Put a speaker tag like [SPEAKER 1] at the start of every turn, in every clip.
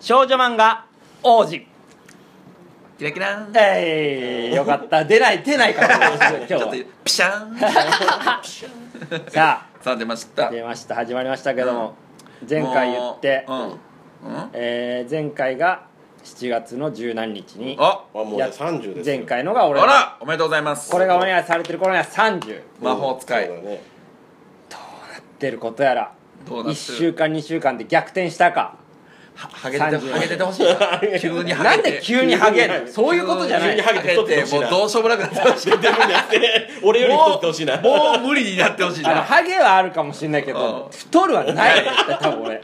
[SPEAKER 1] 少女漫画王子
[SPEAKER 2] キラキラーン
[SPEAKER 1] えー、よかった出ない出ないから今日
[SPEAKER 2] ちょっと
[SPEAKER 1] は
[SPEAKER 2] ピシャーン
[SPEAKER 1] さ
[SPEAKER 2] さあ出まし
[SPEAKER 1] あ
[SPEAKER 2] た
[SPEAKER 1] 出ました始まりましたけども、前回言って、
[SPEAKER 2] もううんうん
[SPEAKER 1] えー前回が7月の十何日に
[SPEAKER 2] あ
[SPEAKER 3] あもう
[SPEAKER 1] や
[SPEAKER 3] ね30ですよ
[SPEAKER 1] 前回のが
[SPEAKER 2] あ
[SPEAKER 1] 俺の
[SPEAKER 2] らおめでとうございます
[SPEAKER 1] これがオンエアされてる頃には30
[SPEAKER 2] 魔法使い
[SPEAKER 3] そうだね
[SPEAKER 1] 出ることやら
[SPEAKER 2] どうなってる
[SPEAKER 1] 1週間2週間で逆転したか
[SPEAKER 2] はハゲてて
[SPEAKER 1] 30
[SPEAKER 2] ハゲててほしいな 急にハゲ
[SPEAKER 1] なん
[SPEAKER 2] て
[SPEAKER 1] で急にハゲ るのそういうことじゃな
[SPEAKER 3] 急に
[SPEAKER 1] い
[SPEAKER 3] ハゲて太ってほしい
[SPEAKER 2] も
[SPEAKER 3] な
[SPEAKER 2] うどうしようもなくなってほしい
[SPEAKER 3] でもやって俺より太ってほし いな
[SPEAKER 2] もう無理になってほしい
[SPEAKER 1] あの
[SPEAKER 2] な
[SPEAKER 1] ハゲはあるかもしれないけど
[SPEAKER 2] うん
[SPEAKER 1] 太るはないよ多分俺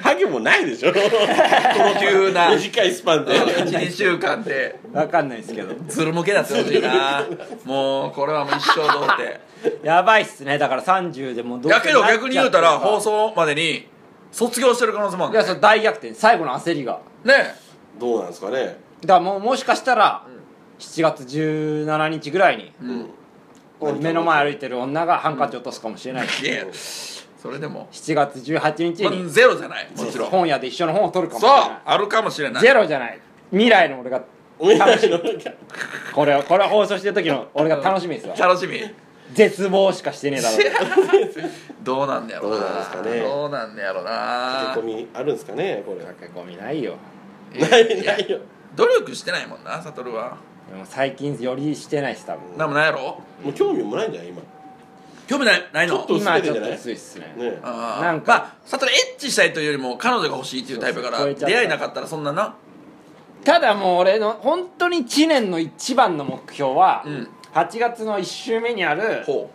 [SPEAKER 3] ハゲもないでしょこの
[SPEAKER 2] 急な
[SPEAKER 3] 短いスパンで
[SPEAKER 2] 12週間で
[SPEAKER 1] 分かんないですけど
[SPEAKER 2] ズル向けだってほしいなもうこれはもう一生どうって
[SPEAKER 1] やばいっすねだから30でもう どう
[SPEAKER 2] だけど
[SPEAKER 1] なっちゃ
[SPEAKER 2] 逆に言うた
[SPEAKER 1] っ
[SPEAKER 2] ら
[SPEAKER 1] てるか
[SPEAKER 2] 放送までに卒業してる可能性もあ
[SPEAKER 1] い
[SPEAKER 2] る
[SPEAKER 1] やそう大逆転最後の焦りが
[SPEAKER 2] ね
[SPEAKER 3] どうなんですかね
[SPEAKER 1] だからもうもしかしたら7月17日ぐらいにこう目の前歩いてる女がハンカチ落とすかもしれない
[SPEAKER 2] いやそれでも、
[SPEAKER 1] 7月18日
[SPEAKER 2] ま
[SPEAKER 1] に
[SPEAKER 2] あゼロじゃないもちろん
[SPEAKER 1] 本屋で一緒の本を取るかもし
[SPEAKER 2] そ
[SPEAKER 1] れ
[SPEAKER 2] う
[SPEAKER 1] な
[SPEAKER 2] あるかもしれないい
[SPEAKER 1] ゼロじゃない未来の俺が
[SPEAKER 3] お願いします
[SPEAKER 1] これをこれを放送してる時の俺が楽しみですわ
[SPEAKER 2] 楽し み
[SPEAKER 1] 絶望しかしてねえだろ う
[SPEAKER 2] どうなんだやろ
[SPEAKER 3] どうなんですかね
[SPEAKER 2] どうなんだやろう
[SPEAKER 3] 駆
[SPEAKER 2] な
[SPEAKER 3] け込みあるんですかねこれ
[SPEAKER 1] 駆け込みないよ
[SPEAKER 3] ないないよ
[SPEAKER 2] 努力してないもんな悟は
[SPEAKER 1] でも最近よりしてないです多分
[SPEAKER 2] なんもないやろ
[SPEAKER 3] もう興味もないんじゃない今
[SPEAKER 2] 興味ないないの
[SPEAKER 3] ちょっと
[SPEAKER 1] 今
[SPEAKER 3] 薄
[SPEAKER 1] はいち
[SPEAKER 3] じ
[SPEAKER 1] ょ
[SPEAKER 3] ゃ
[SPEAKER 1] っ
[SPEAKER 3] ない
[SPEAKER 1] と薄いっすね
[SPEAKER 3] ね
[SPEAKER 2] あー
[SPEAKER 1] なんか
[SPEAKER 2] まあ悟エッチしたいというよりも彼女が欲しいっていうタイプだか
[SPEAKER 1] そう
[SPEAKER 2] ら
[SPEAKER 1] そう超えちゃった
[SPEAKER 2] 出会いなかったらそんなな
[SPEAKER 1] ただもう俺の本当に知念の一番の目標は、
[SPEAKER 2] うん
[SPEAKER 1] 8月の1週目にある
[SPEAKER 2] ほ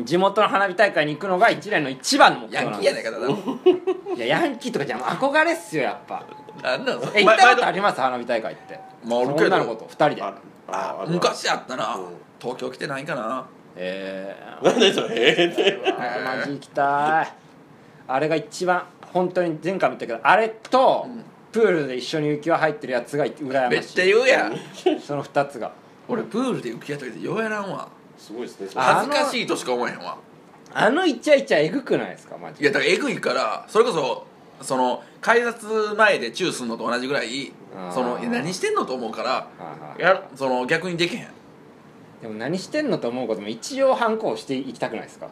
[SPEAKER 1] 地元の花火大会に行くのが一年の一番の目
[SPEAKER 2] うヤ
[SPEAKER 1] 標
[SPEAKER 2] ン
[SPEAKER 1] なんで
[SPEAKER 2] キーや
[SPEAKER 1] す
[SPEAKER 2] ないかだな
[SPEAKER 1] いやヤンキーとかじゃ憧れっすよやっぱ
[SPEAKER 2] なんなのそ
[SPEAKER 1] え
[SPEAKER 2] れ
[SPEAKER 1] 行った
[SPEAKER 2] 前
[SPEAKER 1] ことあ
[SPEAKER 2] 前
[SPEAKER 1] ります花火大会って
[SPEAKER 2] まああるけど
[SPEAKER 1] 女の子と2人で
[SPEAKER 3] あああ
[SPEAKER 2] の昔あったな
[SPEAKER 3] うん
[SPEAKER 2] 東京来てないかな
[SPEAKER 1] え
[SPEAKER 3] なんでそれえーって
[SPEAKER 1] ー、あーマジ行きたいあれが一番本当に前回も言ったけどあれと、プールで一緒に浮輪入ってるやつが羨
[SPEAKER 2] め
[SPEAKER 1] ま
[SPEAKER 2] っち
[SPEAKER 1] し
[SPEAKER 2] ゃ
[SPEAKER 1] い
[SPEAKER 2] 言うやん
[SPEAKER 1] その2つが
[SPEAKER 2] 俺プールで浮き上がってようやらんわ
[SPEAKER 3] すごいですね
[SPEAKER 1] あ
[SPEAKER 2] 恥ずかしいとしか思えへんわ
[SPEAKER 1] あのイチャイチャえぐくないですかマジ
[SPEAKER 2] いやだからえぐいからそれこそその改札前でチューすんのと同じぐらい
[SPEAKER 1] あー
[SPEAKER 2] そのいや何してんのと思うから
[SPEAKER 1] あー
[SPEAKER 2] やその逆にできへん
[SPEAKER 1] でも何してんのと思うことも一応反抗していきたくないです か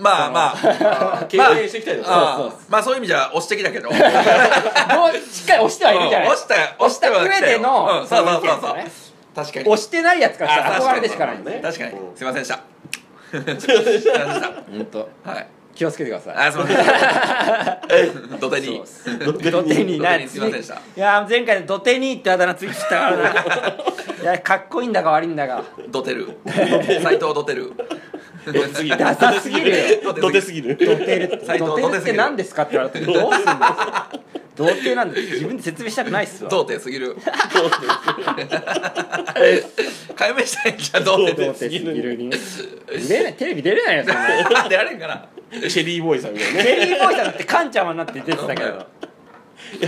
[SPEAKER 2] ま あまあまあ
[SPEAKER 3] 経験していきたいですね
[SPEAKER 2] あ
[SPEAKER 1] そう
[SPEAKER 2] ー
[SPEAKER 1] そう
[SPEAKER 2] まあそういう意味じゃ押してきた けど押
[SPEAKER 1] もうしっかり押してはいるじゃない
[SPEAKER 2] 押した押したは
[SPEAKER 1] 上
[SPEAKER 2] 来た
[SPEAKER 1] で
[SPEAKER 2] よ
[SPEAKER 1] の、
[SPEAKER 2] うん
[SPEAKER 1] そ
[SPEAKER 2] そうそ
[SPEAKER 1] の
[SPEAKER 2] う
[SPEAKER 1] 意見
[SPEAKER 2] そ
[SPEAKER 1] で
[SPEAKER 2] う
[SPEAKER 1] すよね
[SPEAKER 2] そう確かに
[SPEAKER 1] 押してないやつからした
[SPEAKER 2] あ
[SPEAKER 1] ら
[SPEAKER 2] 確
[SPEAKER 1] 憧
[SPEAKER 2] か
[SPEAKER 1] れ
[SPEAKER 2] に
[SPEAKER 1] でしかないんです
[SPEAKER 3] ね
[SPEAKER 2] 確かに
[SPEAKER 3] うん
[SPEAKER 2] すいませんでした
[SPEAKER 1] 本当
[SPEAKER 2] はい
[SPEAKER 1] 気をつけてください
[SPEAKER 2] あすいません でした土手
[SPEAKER 1] そう
[SPEAKER 2] に
[SPEAKER 1] っす
[SPEAKER 3] 土
[SPEAKER 1] 土手にな
[SPEAKER 2] 土手にすいませんでした
[SPEAKER 1] いや前回の土手にってあだ名ついてたから ないやかっこいいんだか悪いんだか
[SPEAKER 2] ドテ ル斎藤ドテル
[SPEAKER 3] 土手すぎる
[SPEAKER 1] ダサすぎるよ
[SPEAKER 3] 土手すぎる
[SPEAKER 1] 土手る
[SPEAKER 2] 斉藤
[SPEAKER 1] 土手る
[SPEAKER 2] 土手
[SPEAKER 1] っ
[SPEAKER 2] す
[SPEAKER 1] て
[SPEAKER 2] ぎる
[SPEAKER 1] 何ですかって言われてどうすんですか土手なんで自分で説明したくないっすわ
[SPEAKER 2] 童貞すぎる解明したいんじゃん童
[SPEAKER 1] 童
[SPEAKER 2] 貞
[SPEAKER 1] 貞すぎるに出れないテレビ出れないよそん なの
[SPEAKER 2] で出られんかな
[SPEAKER 3] シェリーボーイさんみたいなね
[SPEAKER 1] ベリーボーイさんだってカンちゃまになって出てたけど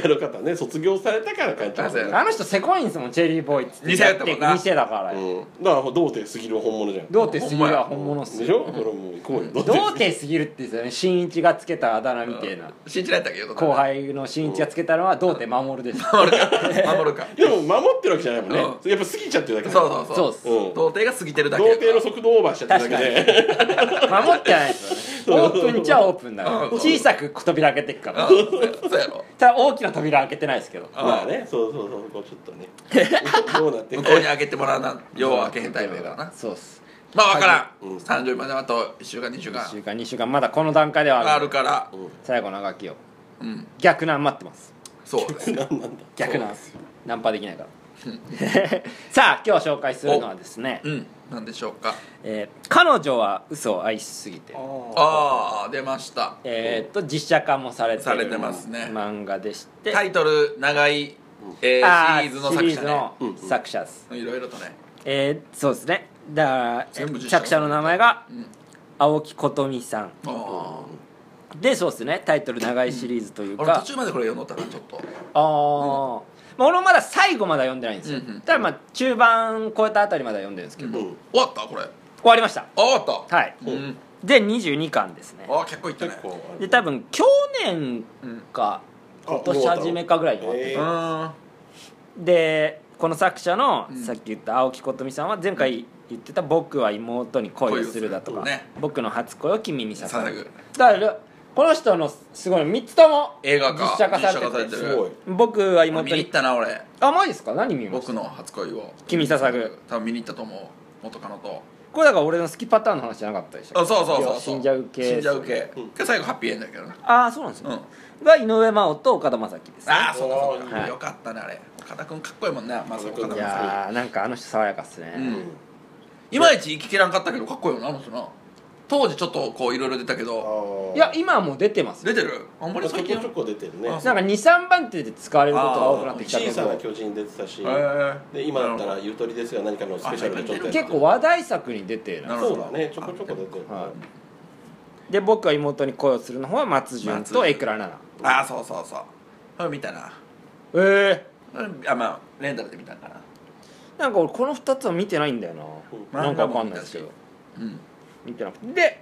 [SPEAKER 3] あの方ね卒業されたから帰ってますね
[SPEAKER 1] あの人せこいんですもんチェリーボーイっつって
[SPEAKER 2] 偽やったもんな
[SPEAKER 1] 偽だから
[SPEAKER 3] うんだから童貞すぎる本物じゃん
[SPEAKER 1] 童貞すぎるは本物っす
[SPEAKER 3] でし
[SPEAKER 1] よ
[SPEAKER 3] ょこれもう行こうよ
[SPEAKER 1] 童貞すぎるって言ってたよね新一がつけたあだ名みたいな
[SPEAKER 2] 信じられたけど
[SPEAKER 1] 後輩の新一がつけたのは童貞守るです
[SPEAKER 2] 守るか守るか
[SPEAKER 3] でも守ってるわけじゃないもんね、
[SPEAKER 2] う
[SPEAKER 3] やっぱ過ぎちゃってるだけだ
[SPEAKER 2] そう
[SPEAKER 3] から
[SPEAKER 2] そ
[SPEAKER 1] そ
[SPEAKER 2] うそうう
[SPEAKER 1] っす
[SPEAKER 3] うん
[SPEAKER 2] 童貞が過ぎてるだけ
[SPEAKER 3] 童
[SPEAKER 2] やから
[SPEAKER 3] 貞の速度オーバーしちゃってるだけで
[SPEAKER 1] 守ってない ですよねオープンっちゃオープンだから
[SPEAKER 2] うん
[SPEAKER 1] 小さく扉開けてっから
[SPEAKER 2] うんそうやろ
[SPEAKER 1] ただ大きな扉開けてないですけど
[SPEAKER 3] まあねそうそうそうこうちょっと ねどうなって
[SPEAKER 2] 向
[SPEAKER 3] る
[SPEAKER 2] こうに開けてもらわなよう開けへんタイプやからな
[SPEAKER 1] そうっす
[SPEAKER 2] まあ分からん
[SPEAKER 3] うん
[SPEAKER 2] 誕生日まであと1週間2週間
[SPEAKER 1] 1週間2週間まだこの段階では
[SPEAKER 2] あ
[SPEAKER 1] あ
[SPEAKER 2] る
[SPEAKER 1] る
[SPEAKER 2] から
[SPEAKER 1] 最後のあがきを
[SPEAKER 2] うん
[SPEAKER 1] 逆難待ってます
[SPEAKER 2] そうですね
[SPEAKER 3] 何なんだ
[SPEAKER 1] 逆なんですよナンパできないから さあ今日紹介するのはですね
[SPEAKER 2] うんなんでしょうか
[SPEAKER 1] えー彼女は嘘を愛しすぎて」
[SPEAKER 2] ああ出ました
[SPEAKER 1] えーっと実写化もされてる
[SPEAKER 2] されてますね
[SPEAKER 1] 漫画でして、
[SPEAKER 2] タイトル長いえ
[SPEAKER 1] あ
[SPEAKER 2] ーシリーズの作
[SPEAKER 1] シリー
[SPEAKER 2] 者
[SPEAKER 1] ズ
[SPEAKER 2] ね
[SPEAKER 1] の
[SPEAKER 3] うんうん
[SPEAKER 1] 作者です、
[SPEAKER 2] いろいろとね
[SPEAKER 1] えーそうですねだから
[SPEAKER 2] 全部実写
[SPEAKER 1] 作者の名前が
[SPEAKER 2] うん
[SPEAKER 1] 青木琴美さん
[SPEAKER 2] ああ
[SPEAKER 1] でそうですねタイトル長いシリーズという
[SPEAKER 2] 俺
[SPEAKER 1] か、
[SPEAKER 2] 途中までこれ読んどったなちょっと
[SPEAKER 1] ああ、まあ俺もまだ最後まだ読んでないんですよ、
[SPEAKER 2] うんうん
[SPEAKER 1] ただまあ中盤超えたあたりまでは読んでるんですけど、
[SPEAKER 3] うん
[SPEAKER 2] 終わったこれあ
[SPEAKER 1] 終わりました
[SPEAKER 2] 終わった
[SPEAKER 1] はい
[SPEAKER 2] うん
[SPEAKER 1] で22巻ですね
[SPEAKER 2] あ結構いったね
[SPEAKER 3] 結構あ
[SPEAKER 1] で
[SPEAKER 3] る
[SPEAKER 1] 多分去年か今年初めかぐらいに終わって
[SPEAKER 3] え
[SPEAKER 1] て
[SPEAKER 3] ー
[SPEAKER 2] うーん
[SPEAKER 1] でこの作者の、
[SPEAKER 2] うん
[SPEAKER 1] さっき言った青木琴美さんは前回言ってた「僕は妹に恋をする」だと
[SPEAKER 2] 恋
[SPEAKER 1] か
[SPEAKER 2] をするね
[SPEAKER 1] 「僕の初恋を君に捧
[SPEAKER 2] 捧
[SPEAKER 1] ぐ
[SPEAKER 2] ぐ」
[SPEAKER 1] だからこの人のすごい3つとも
[SPEAKER 2] 映画化
[SPEAKER 1] 実写化されて
[SPEAKER 2] 実写化され
[SPEAKER 1] て
[SPEAKER 2] て
[SPEAKER 3] すごい
[SPEAKER 1] 僕は
[SPEAKER 2] 見に
[SPEAKER 1] 妹
[SPEAKER 2] 行っ
[SPEAKER 1] に
[SPEAKER 2] たな俺
[SPEAKER 1] あマジですか何見まし
[SPEAKER 2] 僕
[SPEAKER 1] た
[SPEAKER 2] の初恋を
[SPEAKER 1] 君に捧ぐ
[SPEAKER 2] 多分見に行ったと思う元カノと
[SPEAKER 1] これだから俺の好きパターンの話じゃなかったでし
[SPEAKER 2] あ
[SPEAKER 1] ょ
[SPEAKER 2] そうそうそうそう
[SPEAKER 1] 死んじゃう系
[SPEAKER 2] 死んじゃう系、
[SPEAKER 3] うん
[SPEAKER 2] で最後ハッピーエンドやけどね
[SPEAKER 1] ああそうなんです
[SPEAKER 2] う
[SPEAKER 1] よ、
[SPEAKER 2] ん
[SPEAKER 1] が井上真央と岡田将生ですね
[SPEAKER 2] ああそうかそうか、
[SPEAKER 1] はい
[SPEAKER 2] よかったねあれ岡田君かっこいいもんねまず岡田
[SPEAKER 3] 岡田
[SPEAKER 1] い
[SPEAKER 2] 君
[SPEAKER 3] 君
[SPEAKER 1] やーなんかあの人爽やかっすね、
[SPEAKER 2] うんいまいち生ききらんかったけどかっこいいよなあの人な当時ちょっとこういろいろ出たけど
[SPEAKER 3] あー
[SPEAKER 1] いや今はもう出てますよ
[SPEAKER 2] 出てるあんまり
[SPEAKER 3] ち
[SPEAKER 2] 最
[SPEAKER 3] ょ
[SPEAKER 2] 近
[SPEAKER 3] こちょこ出てるね
[SPEAKER 2] あ
[SPEAKER 1] なんか23番手で使われることが多くなってきたけ
[SPEAKER 3] 小さな
[SPEAKER 1] ど
[SPEAKER 3] 巨人出てたし、
[SPEAKER 2] へー
[SPEAKER 3] で今だったら「ゆとりですが何かのスペシャルでちょっとやって
[SPEAKER 1] 結構話題作に出て
[SPEAKER 2] な
[SPEAKER 1] な
[SPEAKER 2] る
[SPEAKER 3] そうだねちょこちょこ出てる、
[SPEAKER 1] はで僕は妹に恋をするの方は松潤
[SPEAKER 2] 松
[SPEAKER 1] と
[SPEAKER 2] 潤
[SPEAKER 1] 江倉奈
[SPEAKER 2] ああそうそうそうそれ見たな
[SPEAKER 1] 々え
[SPEAKER 2] うんあまあレンタルで見たんかな
[SPEAKER 1] えなんか俺この2つは見てないんだよな、
[SPEAKER 2] うん
[SPEAKER 1] なんかわかんないですけど
[SPEAKER 2] うん
[SPEAKER 1] 見てなくてで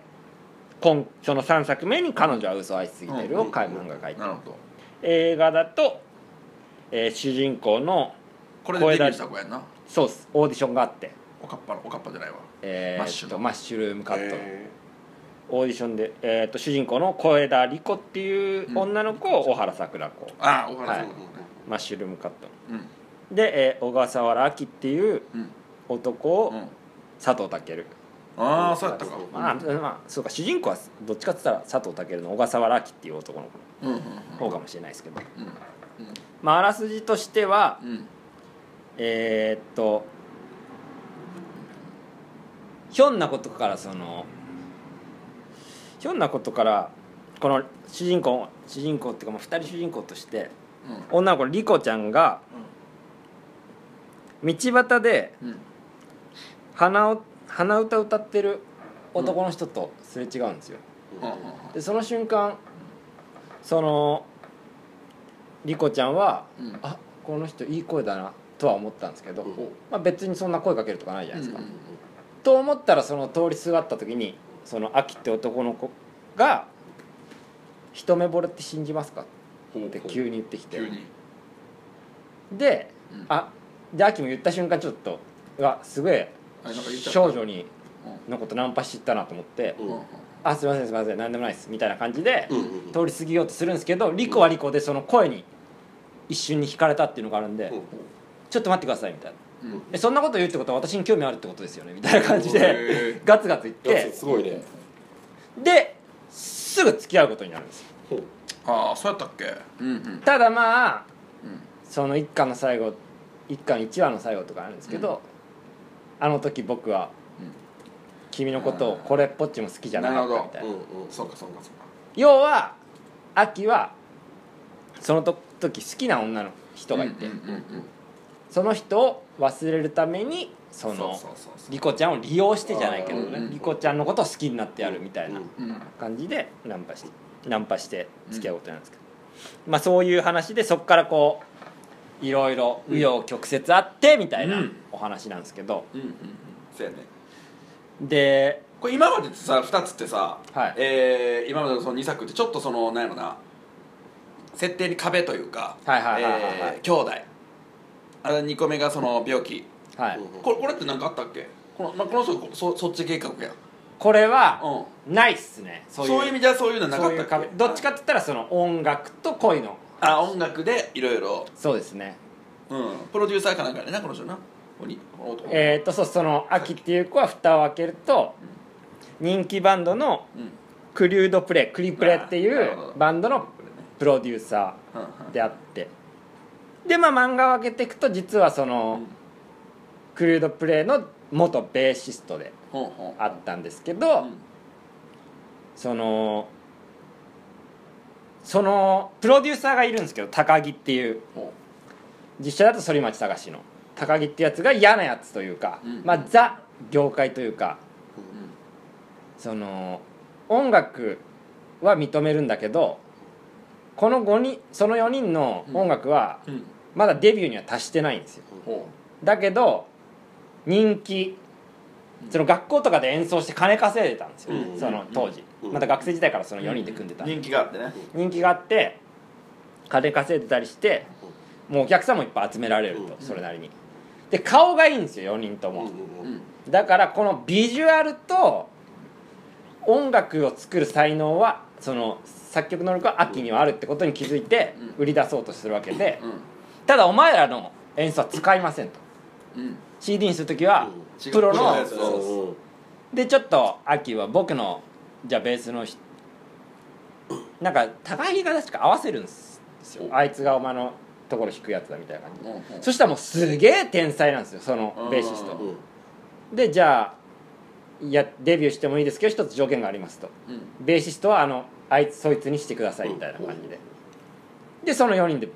[SPEAKER 1] 今その3作目に「彼女は嘘を愛しすぎてる」を
[SPEAKER 2] うん
[SPEAKER 1] 海漫が書いて
[SPEAKER 2] なるほど
[SPEAKER 1] 映画だと、えー主人公の
[SPEAKER 2] これでデビューした子やんな
[SPEAKER 1] そうっすオーディションがあって
[SPEAKER 2] おかっぱのおかっぱじゃないわ
[SPEAKER 1] え
[SPEAKER 2] マッ
[SPEAKER 1] ー
[SPEAKER 2] シュ
[SPEAKER 1] っ
[SPEAKER 2] の
[SPEAKER 1] とマッシュルームカットの
[SPEAKER 3] え
[SPEAKER 1] オーディションで、えーっと主人公の小枝莉子っていう女の子を小原さくら子
[SPEAKER 2] ああお
[SPEAKER 1] はい
[SPEAKER 2] 話そうだね
[SPEAKER 1] マッシュルームカットの
[SPEAKER 2] うん
[SPEAKER 1] で、えー小笠原亜希っていう
[SPEAKER 2] うん
[SPEAKER 1] 男
[SPEAKER 2] う
[SPEAKER 1] を
[SPEAKER 2] ん
[SPEAKER 1] 佐藤健、
[SPEAKER 2] ああそうやったか
[SPEAKER 1] まあ、まあそうか主人公はどっちかって言ったら佐藤健の小笠原亜希っていう男の子
[SPEAKER 2] うんうん
[SPEAKER 1] の方かもしれないですけど、
[SPEAKER 2] うん
[SPEAKER 1] まあ、あらすじとしては
[SPEAKER 2] うんうん
[SPEAKER 1] えーっとひょんなことからそのひょんなことからこの主人公主人公っていうかもう2人主人公として
[SPEAKER 2] うん
[SPEAKER 1] 女の子莉子ちゃんが道端で
[SPEAKER 2] うん
[SPEAKER 1] 鼻を鼻歌歌ってる男の人とすれ違うんですよ、
[SPEAKER 3] ー
[SPEAKER 2] うんうん
[SPEAKER 1] でその瞬間その莉子ちゃんは、
[SPEAKER 2] うん
[SPEAKER 1] あこの人いい声だなとは思ったんですけど、
[SPEAKER 3] うん
[SPEAKER 1] まあ、別にそんな声かけるとかないじゃないですか、
[SPEAKER 2] うんうん
[SPEAKER 1] と思ったらその通りすがった時にその秋って男の子が「一目惚れって信じますか?」って急に言ってきて
[SPEAKER 2] 急に
[SPEAKER 1] で、
[SPEAKER 2] うん
[SPEAKER 1] あで秋も言った瞬間ちょっとうわすごい
[SPEAKER 2] あなんか言っちゃった
[SPEAKER 1] 少女に
[SPEAKER 2] うん
[SPEAKER 1] のことナンパしてったなと思って
[SPEAKER 3] うん
[SPEAKER 2] うん
[SPEAKER 1] 「あすいませんすいません何でもないです」みたいな感じで
[SPEAKER 3] うんうんうん
[SPEAKER 1] 通り過ぎようとするんですけどリコはリコでその声に一瞬に惹かれたっていうのがあるんで
[SPEAKER 3] うん
[SPEAKER 1] 「ちょっと待ってください」みたいな
[SPEAKER 2] うんうん
[SPEAKER 1] 「えそんなこと言うってことは私に興味あるってことですよね」みたいな感じで
[SPEAKER 2] へー
[SPEAKER 1] ガツガツ言っ
[SPEAKER 3] やつ
[SPEAKER 1] て
[SPEAKER 3] すごいね
[SPEAKER 1] ですぐ付き合うことになるんですよ
[SPEAKER 3] ほう
[SPEAKER 2] ああそうやったっけうんうん
[SPEAKER 1] ただまあ
[SPEAKER 2] うん
[SPEAKER 1] その一巻の最後一巻一話の最後とかあるんですけど、あの時僕は
[SPEAKER 2] うん
[SPEAKER 1] 君のことをこれっぽっちも好きじゃなかったみたいな
[SPEAKER 3] うんうん
[SPEAKER 2] そうかそうかそうか
[SPEAKER 1] 要は秋はその時好きな女の人がいて、
[SPEAKER 2] うんうんうん
[SPEAKER 1] その人を忘れるためにそ
[SPEAKER 2] うん
[SPEAKER 1] の
[SPEAKER 2] そうそうそう
[SPEAKER 1] リコちゃんを利用してじゃないけど
[SPEAKER 2] あー
[SPEAKER 1] ね
[SPEAKER 2] うん
[SPEAKER 1] リコちゃんのことを好きになってやるみたいな
[SPEAKER 3] うん
[SPEAKER 2] うん
[SPEAKER 1] 感じでナンパしてナンパして付き合うことになるんですけど、まあそういう話でそこからこういろいろ紆余曲折あってみたいな
[SPEAKER 2] うん
[SPEAKER 1] お話なんですけど、
[SPEAKER 2] うんうんうんそうやね
[SPEAKER 1] で
[SPEAKER 2] これ今までってさ2つってさ、
[SPEAKER 1] はい
[SPEAKER 2] えー今までのその2作ってちょっとそのなんやろな設定に壁というか
[SPEAKER 1] はいはいはいはいはい
[SPEAKER 2] えー兄弟あれ2個目がその病気
[SPEAKER 1] はい、
[SPEAKER 3] うん
[SPEAKER 2] これこれって何かあったっけこの,、まあ、この人こそそっち計画やん
[SPEAKER 1] これは
[SPEAKER 2] うん
[SPEAKER 1] ないっすねそ
[SPEAKER 2] そ
[SPEAKER 1] い
[SPEAKER 2] うう
[SPEAKER 1] う
[SPEAKER 2] いう意味ではそういうのなか
[SPEAKER 1] そういう
[SPEAKER 2] ったっ
[SPEAKER 1] 壁
[SPEAKER 2] け
[SPEAKER 1] どっちかって言ったらその音楽と恋の
[SPEAKER 2] あ音楽でいろいろ
[SPEAKER 1] そうですね
[SPEAKER 2] うんプロデューサーかなんかでねこの人なこのこの男
[SPEAKER 1] えっ、とそうその秋っていう子は蓋を開けると人気バンドの
[SPEAKER 2] うん
[SPEAKER 1] クリュードプレイクリプレってい
[SPEAKER 2] あーなるほ
[SPEAKER 1] う
[SPEAKER 2] ど
[SPEAKER 1] バンドの
[SPEAKER 2] これね
[SPEAKER 1] プロデューサ
[SPEAKER 2] うん
[SPEAKER 1] ーであってでまあ漫画を開けていくと実はそのクリュードプレイの元ベーシストで
[SPEAKER 2] うんうんうんうん
[SPEAKER 1] あったんですけど、そのそのプロデューサーがいるんですけど高木っていう
[SPEAKER 2] ほ
[SPEAKER 1] 実写だと反町隆史の高木ってやつが嫌なやつというか、
[SPEAKER 2] うん
[SPEAKER 1] まあザ業界というか
[SPEAKER 2] ううん
[SPEAKER 1] その音楽は認めるんだけどこの5人その4人の音楽は
[SPEAKER 2] うん
[SPEAKER 1] まだデビューには達してないんですよ
[SPEAKER 2] ほ
[SPEAKER 1] だけど人気その学校とかで演奏して金稼いでたんですよ、
[SPEAKER 3] うん
[SPEAKER 1] その当時、
[SPEAKER 3] うん
[SPEAKER 1] また学生時代からその
[SPEAKER 2] う
[SPEAKER 1] 4人で組んでたんで
[SPEAKER 2] 人気があってね
[SPEAKER 1] 人気があって金稼いでたりしてもうお客さんもいっぱい集められると、
[SPEAKER 3] うん
[SPEAKER 1] それなりにで顔がいいんですよ4人とも、
[SPEAKER 2] うん
[SPEAKER 1] だからこのビジュアルと音楽を作る才能はその作曲能力は秋にはあるってことに気づいて
[SPEAKER 2] うん
[SPEAKER 1] 売り出そうとするわけで
[SPEAKER 2] うん
[SPEAKER 1] ただお前らの演奏は使いませんと
[SPEAKER 2] うん
[SPEAKER 1] CD にする時は
[SPEAKER 2] うん
[SPEAKER 1] プロ
[SPEAKER 2] プロ
[SPEAKER 1] の
[SPEAKER 2] のやつを
[SPEAKER 1] でちょっと秋は僕のじゃあベースのひなんか高い言い方しか合わせるんですよあいつがお前のところ弾くやつだみたいな感じ
[SPEAKER 2] うんうん
[SPEAKER 1] そしたらもうすげえ天才なんですよそのベーシスト
[SPEAKER 2] うん
[SPEAKER 1] でじゃあいやデビューしてもいいですけど一つ条件がありますと
[SPEAKER 2] うん
[SPEAKER 1] ベーシストはあのあいつそいつにしてくださいみたいな感じででその4人で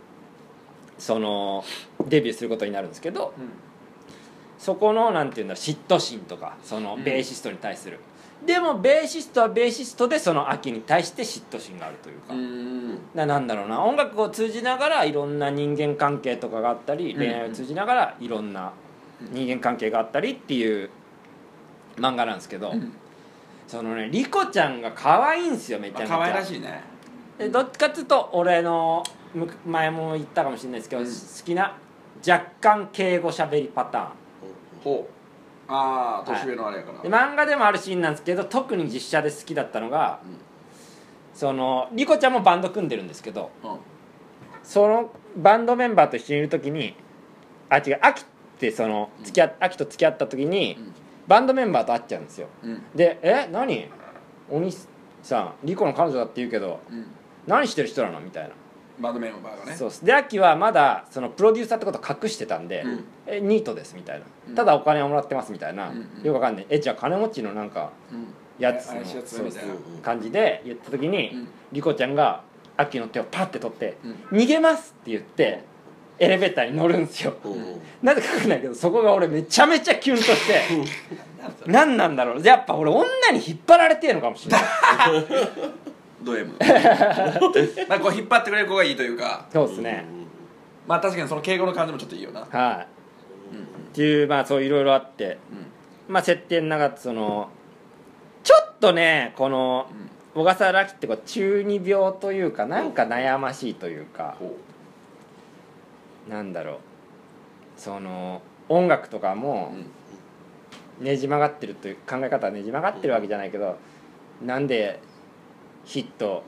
[SPEAKER 1] そのデビューすることになるんですけどそこのなんていうんだろう嫉妬心とかその
[SPEAKER 2] うん
[SPEAKER 1] ベーシストに対する、でもベーシストはベーシストでその秋に対して嫉妬心があるというか、
[SPEAKER 2] うん
[SPEAKER 1] ななんだろうな音楽を通じながらいろんな人間関係とかがあったり、
[SPEAKER 2] うん
[SPEAKER 1] 恋愛を通じながらいろんな人間関係があったりっていう漫画なんですけど、
[SPEAKER 2] うん
[SPEAKER 1] そのねリコちゃんが可愛いんですよめちゃめちゃ
[SPEAKER 2] 可愛らしいね
[SPEAKER 1] でどっちかっていうと俺のむ前も言ったかもしれないですけど、
[SPEAKER 2] うん
[SPEAKER 1] 好きな若干敬語しゃべりパターン
[SPEAKER 2] ほうああ年上のあれやから
[SPEAKER 1] で漫画でもあるシーンなんですけど特に実写で好きだったのが、
[SPEAKER 2] うん
[SPEAKER 1] そのリコちゃんもバンド組んでるんですけど
[SPEAKER 2] うん
[SPEAKER 1] そのバンドメンバーと一緒にいる時にあ違う秋ってその付き合っ秋と付き合った時に、バンドメンバーと会っちゃうんですよ
[SPEAKER 2] うん
[SPEAKER 1] で「え何お兄さんリコの彼女だって言うけど
[SPEAKER 2] うん
[SPEAKER 1] 何してる人なの?」みたいな
[SPEAKER 2] バンドメンバーがね
[SPEAKER 1] そうっすで秋はまだそのプロデューサーってことを隠してたんで、
[SPEAKER 2] うん
[SPEAKER 1] えニートですみたいな、
[SPEAKER 2] うん
[SPEAKER 1] ただお金をもらってますみたいな、
[SPEAKER 2] うんうん
[SPEAKER 1] よくわかんないえじゃあ金持ちのなんか
[SPEAKER 2] うん
[SPEAKER 1] やつの
[SPEAKER 2] 怪しいやつみたいな
[SPEAKER 1] そうそう感じで言った時に、
[SPEAKER 2] うん
[SPEAKER 1] リコちゃんが秋の手をパッて取って
[SPEAKER 2] う
[SPEAKER 1] 「
[SPEAKER 2] ん
[SPEAKER 1] 逃げます!」って言ってエレベーターに乗るんですよなぜかわかんないけどそこが俺めちゃめちゃキュンとして何なんだろうやっぱ俺女に引っ張られてるのかもしれない
[SPEAKER 2] ド M まあこう引っ張ってくれる子がいいというか
[SPEAKER 1] そうですね、
[SPEAKER 2] まあ確かにその敬語の感じもちょっといいよな
[SPEAKER 1] はい、
[SPEAKER 2] うんうん
[SPEAKER 1] っていうまあそういろいろあって
[SPEAKER 2] うん
[SPEAKER 1] まあ設定の中でそのちょっとねこの
[SPEAKER 2] うん
[SPEAKER 1] 小笠原明ってこう中二病というかなんか悩ましいというか
[SPEAKER 2] ほ
[SPEAKER 1] なんだろうその音楽とか
[SPEAKER 2] う
[SPEAKER 1] も
[SPEAKER 2] うん
[SPEAKER 1] ねじ曲がってるという考え方はねじ曲がってるわけじゃないけどなんでヒット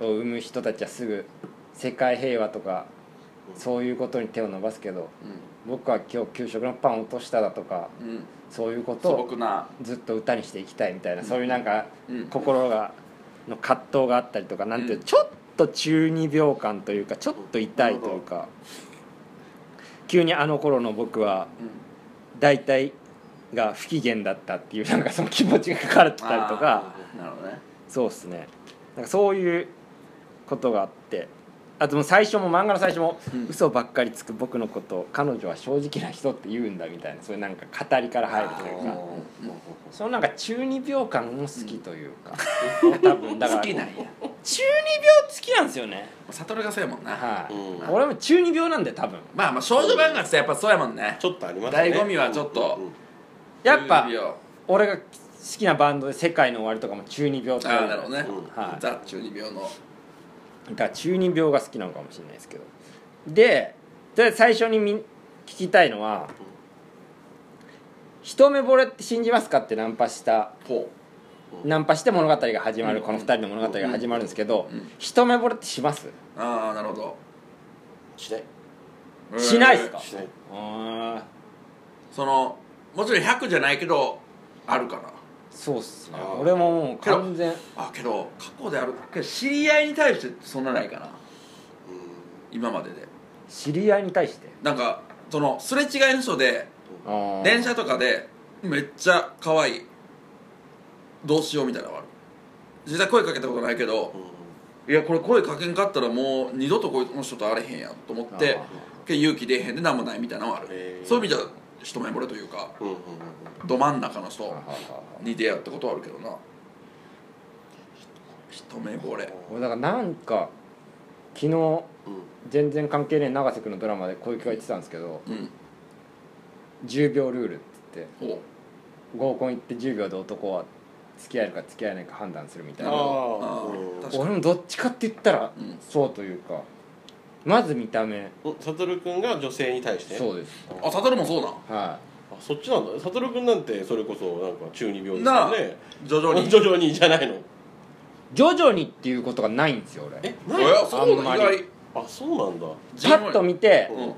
[SPEAKER 1] を生む人たちはすぐ世界平和とかそういうことに手を伸ばすけど僕は今日給食のパンを落としただとか
[SPEAKER 2] うんうん
[SPEAKER 1] そういうこと
[SPEAKER 2] 素
[SPEAKER 1] を
[SPEAKER 2] 朴な
[SPEAKER 1] ずっと歌にしていきたいみたいな、
[SPEAKER 2] うん
[SPEAKER 1] そういうなんか
[SPEAKER 2] うん
[SPEAKER 1] 心がの葛藤があったりとかなんていう、
[SPEAKER 2] うん
[SPEAKER 1] ちょっと中二病感というかちょっと痛いというか急にあの頃の僕は
[SPEAKER 2] うん
[SPEAKER 1] 大体が不機嫌だったっていうなんかその気持ちが書かれてたりとか
[SPEAKER 2] あーなるほどね
[SPEAKER 1] そうですねなんかそういうことがあってあともう最初も漫画の最初も
[SPEAKER 2] うん
[SPEAKER 1] 嘘ばっかりつく僕のことを彼女は正直な人って言うんだみたいなそういうなんか語りから入るというか。そのなんか中二病感も好きというか、多分だから
[SPEAKER 2] 好きなんやも
[SPEAKER 1] 中二病好きなんですよね
[SPEAKER 2] う悟がそうやもんな、
[SPEAKER 1] はい、
[SPEAKER 3] うん
[SPEAKER 1] 俺も中二病なんで多分
[SPEAKER 2] まあまあ少女漫画ってやっぱそうやもんね
[SPEAKER 3] ちょっとありますね
[SPEAKER 2] 醍醐味はちょっと
[SPEAKER 1] やっぱ
[SPEAKER 2] 中二病
[SPEAKER 1] 俺が好きなバンドで「世界の終わり」とかも中二病って言わ
[SPEAKER 2] ああ
[SPEAKER 1] れ
[SPEAKER 2] な
[SPEAKER 1] る
[SPEAKER 2] るほどね、
[SPEAKER 1] はい
[SPEAKER 2] ザ中二病の
[SPEAKER 1] だから中二病が好きなのかもしれないですけどでで最初にみ聞きたいのは「一目惚れって信じますか?」ってナンパした
[SPEAKER 2] ほ
[SPEAKER 1] ナンパして物語が始まる、この二人の物語が始まるんですけど、
[SPEAKER 2] うん
[SPEAKER 1] 一目惚れってします、
[SPEAKER 2] うああなるほ
[SPEAKER 3] しない
[SPEAKER 2] ど
[SPEAKER 1] しないっすか
[SPEAKER 3] しない
[SPEAKER 1] ああ
[SPEAKER 2] そのもちろん100じゃないけどあるかな
[SPEAKER 1] そうっすね
[SPEAKER 3] あー
[SPEAKER 1] 俺ももう完全
[SPEAKER 2] あけど過去であるけど知り合いに対してそんなないかな今までで
[SPEAKER 1] 知り合いに対して
[SPEAKER 2] なんかそのすれ違いの人で電
[SPEAKER 1] 電
[SPEAKER 2] 車とかでめっちゃ可愛いどうしようみたいなのがある実際声かけたことないけどいやこれ声かけんかったらもう二度とこの人と会われへんやんと思ってけど勇気出えへんで何もないみたいなのがある、
[SPEAKER 3] へー
[SPEAKER 2] そういう意味じゃ一目惚れというか
[SPEAKER 3] うんうんうん
[SPEAKER 2] ど真ん中の人に出会ったことはあるけどな一目惚れ
[SPEAKER 1] 俺だからなんか昨日全然関係ねえ永瀬君のドラマで小雪が言ってたんですけど
[SPEAKER 2] うん
[SPEAKER 1] 10秒ルールって言って
[SPEAKER 2] ほ
[SPEAKER 1] 合コン行って10秒で男は付き合えるか付き合えないか判断するみたい
[SPEAKER 2] あ
[SPEAKER 1] な
[SPEAKER 2] ー
[SPEAKER 3] うん
[SPEAKER 2] 確かに
[SPEAKER 1] 俺もどっちかって言ったら
[SPEAKER 2] うん
[SPEAKER 1] そうというかまず見た目
[SPEAKER 3] お悟君が女性に対して
[SPEAKER 1] そうです
[SPEAKER 2] あサトルもそうなん
[SPEAKER 1] は
[SPEAKER 3] あそっちなんだ悟君なんてそれこそなんか中二病ですよね
[SPEAKER 2] 徐々に
[SPEAKER 3] 徐々にじゃないの
[SPEAKER 1] い徐々にっていうことがないんですよ俺
[SPEAKER 3] え
[SPEAKER 2] お
[SPEAKER 3] ない
[SPEAKER 2] やそう
[SPEAKER 1] あ
[SPEAKER 2] なんん
[SPEAKER 1] ま
[SPEAKER 2] だ
[SPEAKER 1] り
[SPEAKER 2] 意外
[SPEAKER 3] あそうなんだ
[SPEAKER 2] じん
[SPEAKER 1] パ
[SPEAKER 2] わり
[SPEAKER 1] ッと見て
[SPEAKER 2] うん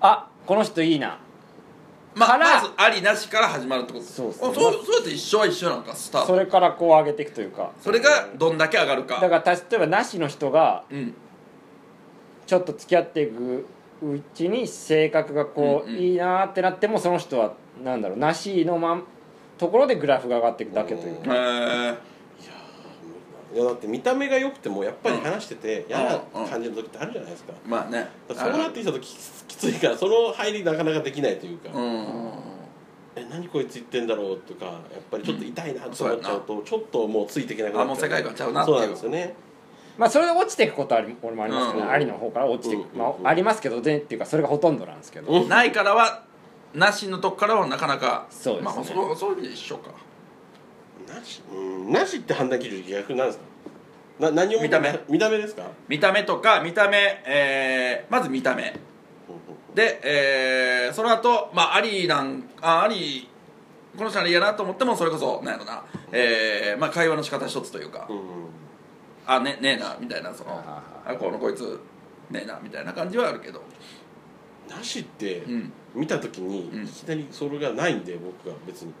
[SPEAKER 1] あこの人いいな
[SPEAKER 2] ま
[SPEAKER 1] か
[SPEAKER 2] あ、
[SPEAKER 1] ら
[SPEAKER 2] まずありなしから始まるってこと
[SPEAKER 1] そうっすね
[SPEAKER 2] あそうそうやって一緒は一緒なんかスタートそ
[SPEAKER 1] そ
[SPEAKER 2] れ
[SPEAKER 1] れからこう上げていくというか
[SPEAKER 2] がどんだけ上がるか
[SPEAKER 1] だから例えばなしの人が
[SPEAKER 2] うん
[SPEAKER 1] ちょっと付き合っていくうちに性格がこう、
[SPEAKER 2] うんうん
[SPEAKER 1] いいなーってなってもその人はなんだろうなしのまんところでグラフが上がっていくだけという
[SPEAKER 3] う
[SPEAKER 2] へ
[SPEAKER 1] か
[SPEAKER 2] え
[SPEAKER 3] いやだって見た目が良くてもやっぱり話してて嫌な感じの時ってあるじゃないですか
[SPEAKER 2] まあね
[SPEAKER 3] だからそうなってきたとききついからその入りなかなかできないというか、
[SPEAKER 2] うん
[SPEAKER 3] え何こいつ言ってんだろうとかやっぱりちょっと痛いなと思っちゃうと、ちょっともうついていけなくなっちゃう
[SPEAKER 2] あもう世界観ちゃうなっていう
[SPEAKER 3] そうなんですよね
[SPEAKER 1] まあそれで落ちていくことはあり俺もありますけど、
[SPEAKER 2] うん
[SPEAKER 1] ありの方から落ちていく、
[SPEAKER 3] うんうんうん
[SPEAKER 1] まあ、ありますけど全っていうかそれがほとんどなんですけど、
[SPEAKER 3] うん
[SPEAKER 2] ないからはなしのとこからはなかなか
[SPEAKER 1] そうですね
[SPEAKER 2] まあ、そうそういう意味で一緒か
[SPEAKER 3] なしうんなしって判断基準逆なんですかな何を
[SPEAKER 2] 見た目
[SPEAKER 3] 見た目ですか、
[SPEAKER 2] 見た目とか見た目、えーまず見た目で、えーその後、まあありなんあありこの人なら嫌なと思ってもそれこそなんやろな、えーまあ、会話の仕方一つというか、
[SPEAKER 3] うん
[SPEAKER 2] あねねえなみたいなその
[SPEAKER 1] あ
[SPEAKER 2] あこのこいつねえなみたいな感じはあるけど
[SPEAKER 3] なしって
[SPEAKER 2] うん
[SPEAKER 3] 見た時に
[SPEAKER 2] うん
[SPEAKER 3] いきなりそれがないんで僕は別に、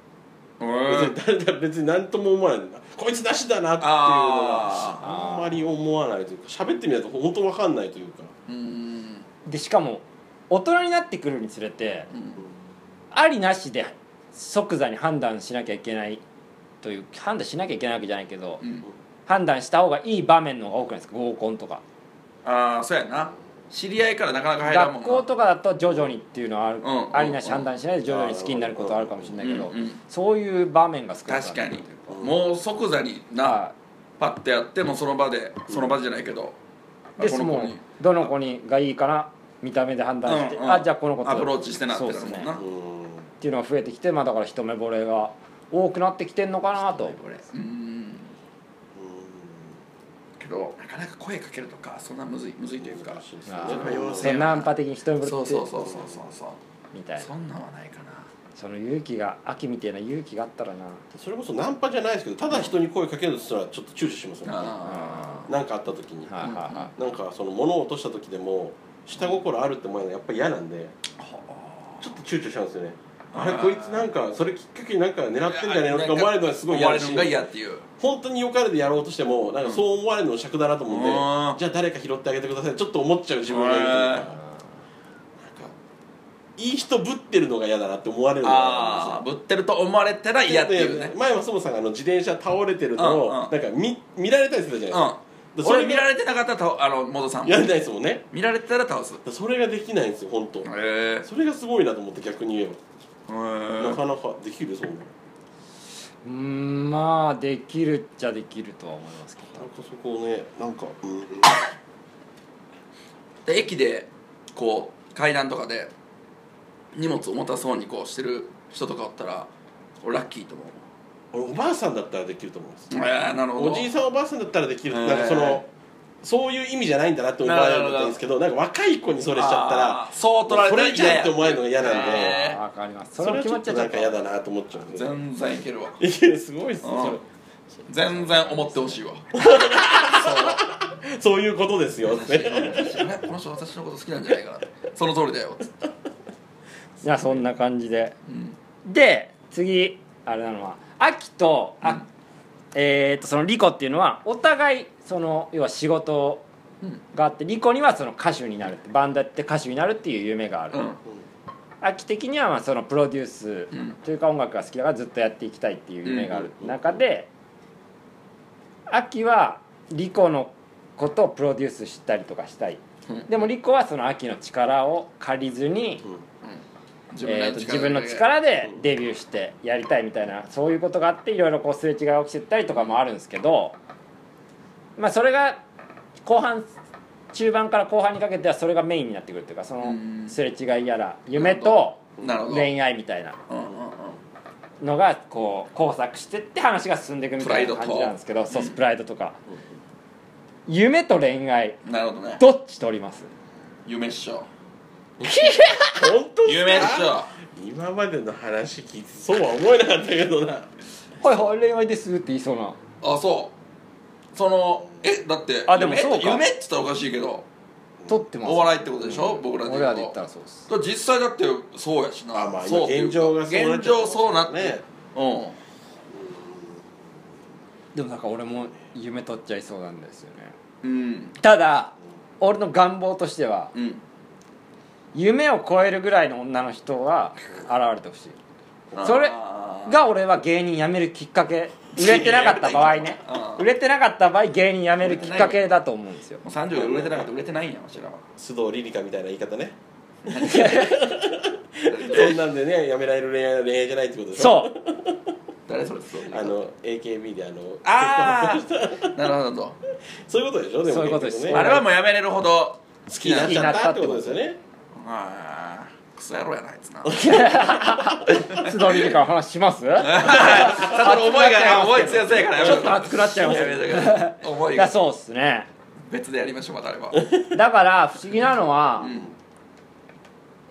[SPEAKER 2] うん
[SPEAKER 3] 別に誰だ別に何とも思わないこいつなしだなっていうの
[SPEAKER 2] あ
[SPEAKER 1] ー
[SPEAKER 3] があんまり思わないというか喋ってみないと本当わかんないというか、
[SPEAKER 2] うん
[SPEAKER 1] でしかも大人になってくるにつれてありなしで即座に判断しなきゃいけないという判断しなきゃいけないわけじゃないけど、
[SPEAKER 2] うん
[SPEAKER 1] 判断した方がいい場面の方が多くないですか合コンとか
[SPEAKER 2] ああそうやな知り合いからなかなか入らんもん
[SPEAKER 1] 学
[SPEAKER 2] な
[SPEAKER 1] 校とかだと徐々にっていうのはある、
[SPEAKER 2] うん
[SPEAKER 1] ありなし判断しないで徐々に好きになることはあるかもしれないけど、
[SPEAKER 2] うんうん
[SPEAKER 1] そういう場面が少な
[SPEAKER 2] 確かに
[SPEAKER 3] うん
[SPEAKER 2] もう即座にな
[SPEAKER 1] は
[SPEAKER 2] パッてやってもうその場でその場じゃないけど
[SPEAKER 1] いで
[SPEAKER 2] あこ
[SPEAKER 1] そ
[SPEAKER 2] の子
[SPEAKER 1] の
[SPEAKER 2] に
[SPEAKER 1] どの子にがいいかな見た目で判断して、
[SPEAKER 2] うんうん
[SPEAKER 1] あじゃあこの子と
[SPEAKER 2] アプローチしてなって
[SPEAKER 1] そうです
[SPEAKER 2] なるもん
[SPEAKER 1] ね
[SPEAKER 2] な
[SPEAKER 1] っ
[SPEAKER 3] うん
[SPEAKER 1] ていうのが増えてきてまあだから一目惚れが多くなってきてんのかなと
[SPEAKER 2] これうんけどなかなか声かけるとかそんなむずいむずいというか
[SPEAKER 3] 難しいですね
[SPEAKER 1] あ
[SPEAKER 2] やっぱ要
[SPEAKER 1] そ
[SPEAKER 2] 請
[SPEAKER 1] うナンパ的に一目惚れって
[SPEAKER 2] そうそうそうそうそうそう
[SPEAKER 1] みたいな
[SPEAKER 2] そんなんはないかな
[SPEAKER 1] その勇気が秋みたいな勇気があったらな
[SPEAKER 3] それこそナンパじゃないですけどただ人に声かけるとしたらちょっと躊躇しますよね
[SPEAKER 2] あ
[SPEAKER 3] なんかあった時に
[SPEAKER 1] はいはいは
[SPEAKER 3] なんかその物を落とした時でも下心あるって思えるのやっぱり嫌なんでちょっと躊躇しちゃうんですよねあれ
[SPEAKER 2] あー
[SPEAKER 3] こいつなんかそれきっかけになんか狙ってんじゃねえのとか思われるのはすごい
[SPEAKER 2] 思
[SPEAKER 3] 嫌
[SPEAKER 2] わ
[SPEAKER 3] だ
[SPEAKER 2] れる
[SPEAKER 3] し
[SPEAKER 2] のが嫌っていう
[SPEAKER 3] 本当に良かれでやろうとしてもなんかそう思われるの尺だなと思うんで、
[SPEAKER 2] うん
[SPEAKER 3] じゃあ誰か拾ってあげてくださいちょっと思っちゃう自分がいるというか
[SPEAKER 2] へー
[SPEAKER 3] なんかいい人ぶってるのが嫌だなって思われるのが
[SPEAKER 2] ああぶってると思われたら嫌っていうね
[SPEAKER 3] 前はそもさんがあの自転車倒れてるのを、
[SPEAKER 2] うんうん
[SPEAKER 3] なんか見見られたりするじゃない
[SPEAKER 2] うん
[SPEAKER 3] ですか、
[SPEAKER 2] 俺見られてなかったら倒あのモドさん
[SPEAKER 3] やりないですもんね
[SPEAKER 2] 見られてたら倒すへ
[SPEAKER 3] だからそれができないんですよ本当、
[SPEAKER 2] え
[SPEAKER 3] それがすごいなと思って逆に言え
[SPEAKER 2] へ
[SPEAKER 3] ば、
[SPEAKER 2] え
[SPEAKER 3] なかなかできるそう
[SPEAKER 1] い
[SPEAKER 3] な
[SPEAKER 1] うーんまあできるっちゃできるとは思いますけ
[SPEAKER 3] なんかそこをねなんか、うんうん、
[SPEAKER 2] で駅でこう階段とかで荷物重たそうにこうしてる人とかおったら俺ラッキーと思う
[SPEAKER 3] 俺おばあさんだったらできると思います
[SPEAKER 2] えー、なるほど
[SPEAKER 3] おじいさんおばあさんだったらできる、
[SPEAKER 2] うん
[SPEAKER 3] なんかそのそういう意味じゃないんだなって思われ
[SPEAKER 2] な
[SPEAKER 3] る
[SPEAKER 2] るほど
[SPEAKER 3] んですけどなんか若い子にそれしちゃった
[SPEAKER 2] あ
[SPEAKER 3] ら
[SPEAKER 2] ーそう取られた
[SPEAKER 3] そ
[SPEAKER 2] ら
[SPEAKER 3] れじゃんって思われるのが嫌なんで、
[SPEAKER 2] え
[SPEAKER 1] どわかります
[SPEAKER 3] そ
[SPEAKER 1] それ
[SPEAKER 3] れ
[SPEAKER 1] は
[SPEAKER 3] は
[SPEAKER 1] 気
[SPEAKER 3] ちょ
[SPEAKER 1] 持
[SPEAKER 3] っ
[SPEAKER 1] ちはちょっ
[SPEAKER 3] となん
[SPEAKER 1] と
[SPEAKER 3] か嫌だなと思っちゃうんで
[SPEAKER 2] 全然いけるわ
[SPEAKER 3] いやすごいっすね、
[SPEAKER 2] うん全然思ってほしいわ
[SPEAKER 3] それそういうことですよ
[SPEAKER 2] 私ねこの人私のこと好きなんじゃないかなってその通りだよつって
[SPEAKER 1] いやそんな感じで
[SPEAKER 2] うん
[SPEAKER 1] で次あれなのは秋とあ、
[SPEAKER 2] うん
[SPEAKER 1] えー、とそのリコっていうのはお互いその要は仕事
[SPEAKER 2] うん
[SPEAKER 1] があってリコにはその歌手になるってバンドやって歌手になるっていう夢がある、
[SPEAKER 2] うん
[SPEAKER 1] 秋的にはまあそのプロデュース
[SPEAKER 2] うん
[SPEAKER 1] というか音楽が好きだからずっとやっていきたいっていう夢がある
[SPEAKER 3] うん
[SPEAKER 1] 中で秋はリコのことをプロデュースしたりとかしたい
[SPEAKER 2] うん
[SPEAKER 1] でもリコはその秋の力を借りずに、
[SPEAKER 2] 自分
[SPEAKER 1] え
[SPEAKER 2] ら
[SPEAKER 1] ーと自分の力でデビューしてやりたいみたいなそういうことがあっていろいろこうすれ違いが起きてったりとかもあるんですけどまあそれが後半中盤から後半にかけてはそれがメインになってくるっていうかその
[SPEAKER 2] うん
[SPEAKER 1] すれ違いやら夢と
[SPEAKER 2] なるほど
[SPEAKER 1] 恋愛みたいな
[SPEAKER 2] うんうんうん
[SPEAKER 1] のがこう交錯してって話が進んでいくみたいな
[SPEAKER 2] プライドと
[SPEAKER 1] 感じなんですけどそうプライドとか夢と恋愛
[SPEAKER 2] なるほどね
[SPEAKER 1] どっち取り ます
[SPEAKER 2] 夢っしょ
[SPEAKER 3] 本当っすか
[SPEAKER 2] 夢っしょ
[SPEAKER 3] 今までの話聞いてそうは思えなかったけどな
[SPEAKER 1] はいはい恋愛ですって言いそうな
[SPEAKER 2] あそうそのえだって
[SPEAKER 1] あでも
[SPEAKER 2] 夢
[SPEAKER 1] そうか
[SPEAKER 2] 夢って言ったらおかしいけど
[SPEAKER 1] 取ってます
[SPEAKER 2] お笑いってことでしょ僕らで
[SPEAKER 1] 俺
[SPEAKER 2] 言うと
[SPEAKER 1] らで言ったらそうです
[SPEAKER 2] だから実際だってそうやしな
[SPEAKER 3] あまあ
[SPEAKER 2] そうっていうか
[SPEAKER 3] 現状がそうなっ
[SPEAKER 2] 現
[SPEAKER 3] ちゃう
[SPEAKER 2] 状そうなって、
[SPEAKER 3] ね
[SPEAKER 2] うん
[SPEAKER 1] でもなんか俺も夢取っちゃいそうなんですよね
[SPEAKER 2] うん
[SPEAKER 1] ただ俺の願望としては
[SPEAKER 2] うん
[SPEAKER 1] 夢を超えるぐらいの女の人は現れてほしい
[SPEAKER 2] あー
[SPEAKER 1] それが俺は芸人辞めるきっかけ売れてなかった場合ね
[SPEAKER 2] あー
[SPEAKER 1] 売れてなかった場合芸人辞めるきっかけだと思うんですよ
[SPEAKER 2] もう30で売れてなかったら売れてないんやわしらは
[SPEAKER 3] 須藤リリカみたいな言い方 ねそんなんでねやめられる恋愛は恋愛じゃないってことでしょう
[SPEAKER 1] そう
[SPEAKER 2] 誰それそう
[SPEAKER 3] あの AKB であの
[SPEAKER 2] ああなるほど
[SPEAKER 3] そういうことでしょでも
[SPEAKER 1] そういうことです
[SPEAKER 3] 結局
[SPEAKER 2] あ
[SPEAKER 3] ね
[SPEAKER 2] れはもうやめれるほど
[SPEAKER 3] 好きになっちゃったってことですよね
[SPEAKER 2] ああクソ野郎やなあいつ な
[SPEAKER 1] 津田理から話します
[SPEAKER 2] さその思いがね思い強そうやからやめ
[SPEAKER 1] ちょ
[SPEAKER 2] と
[SPEAKER 1] っ
[SPEAKER 2] こう
[SPEAKER 1] と熱くなっちゃいます
[SPEAKER 2] や
[SPEAKER 1] よ
[SPEAKER 2] めとこう思い
[SPEAKER 1] いや
[SPEAKER 2] が
[SPEAKER 1] そうっすね
[SPEAKER 2] 別でやりましょうまたあれば
[SPEAKER 1] だから不思議なのは、
[SPEAKER 2] うん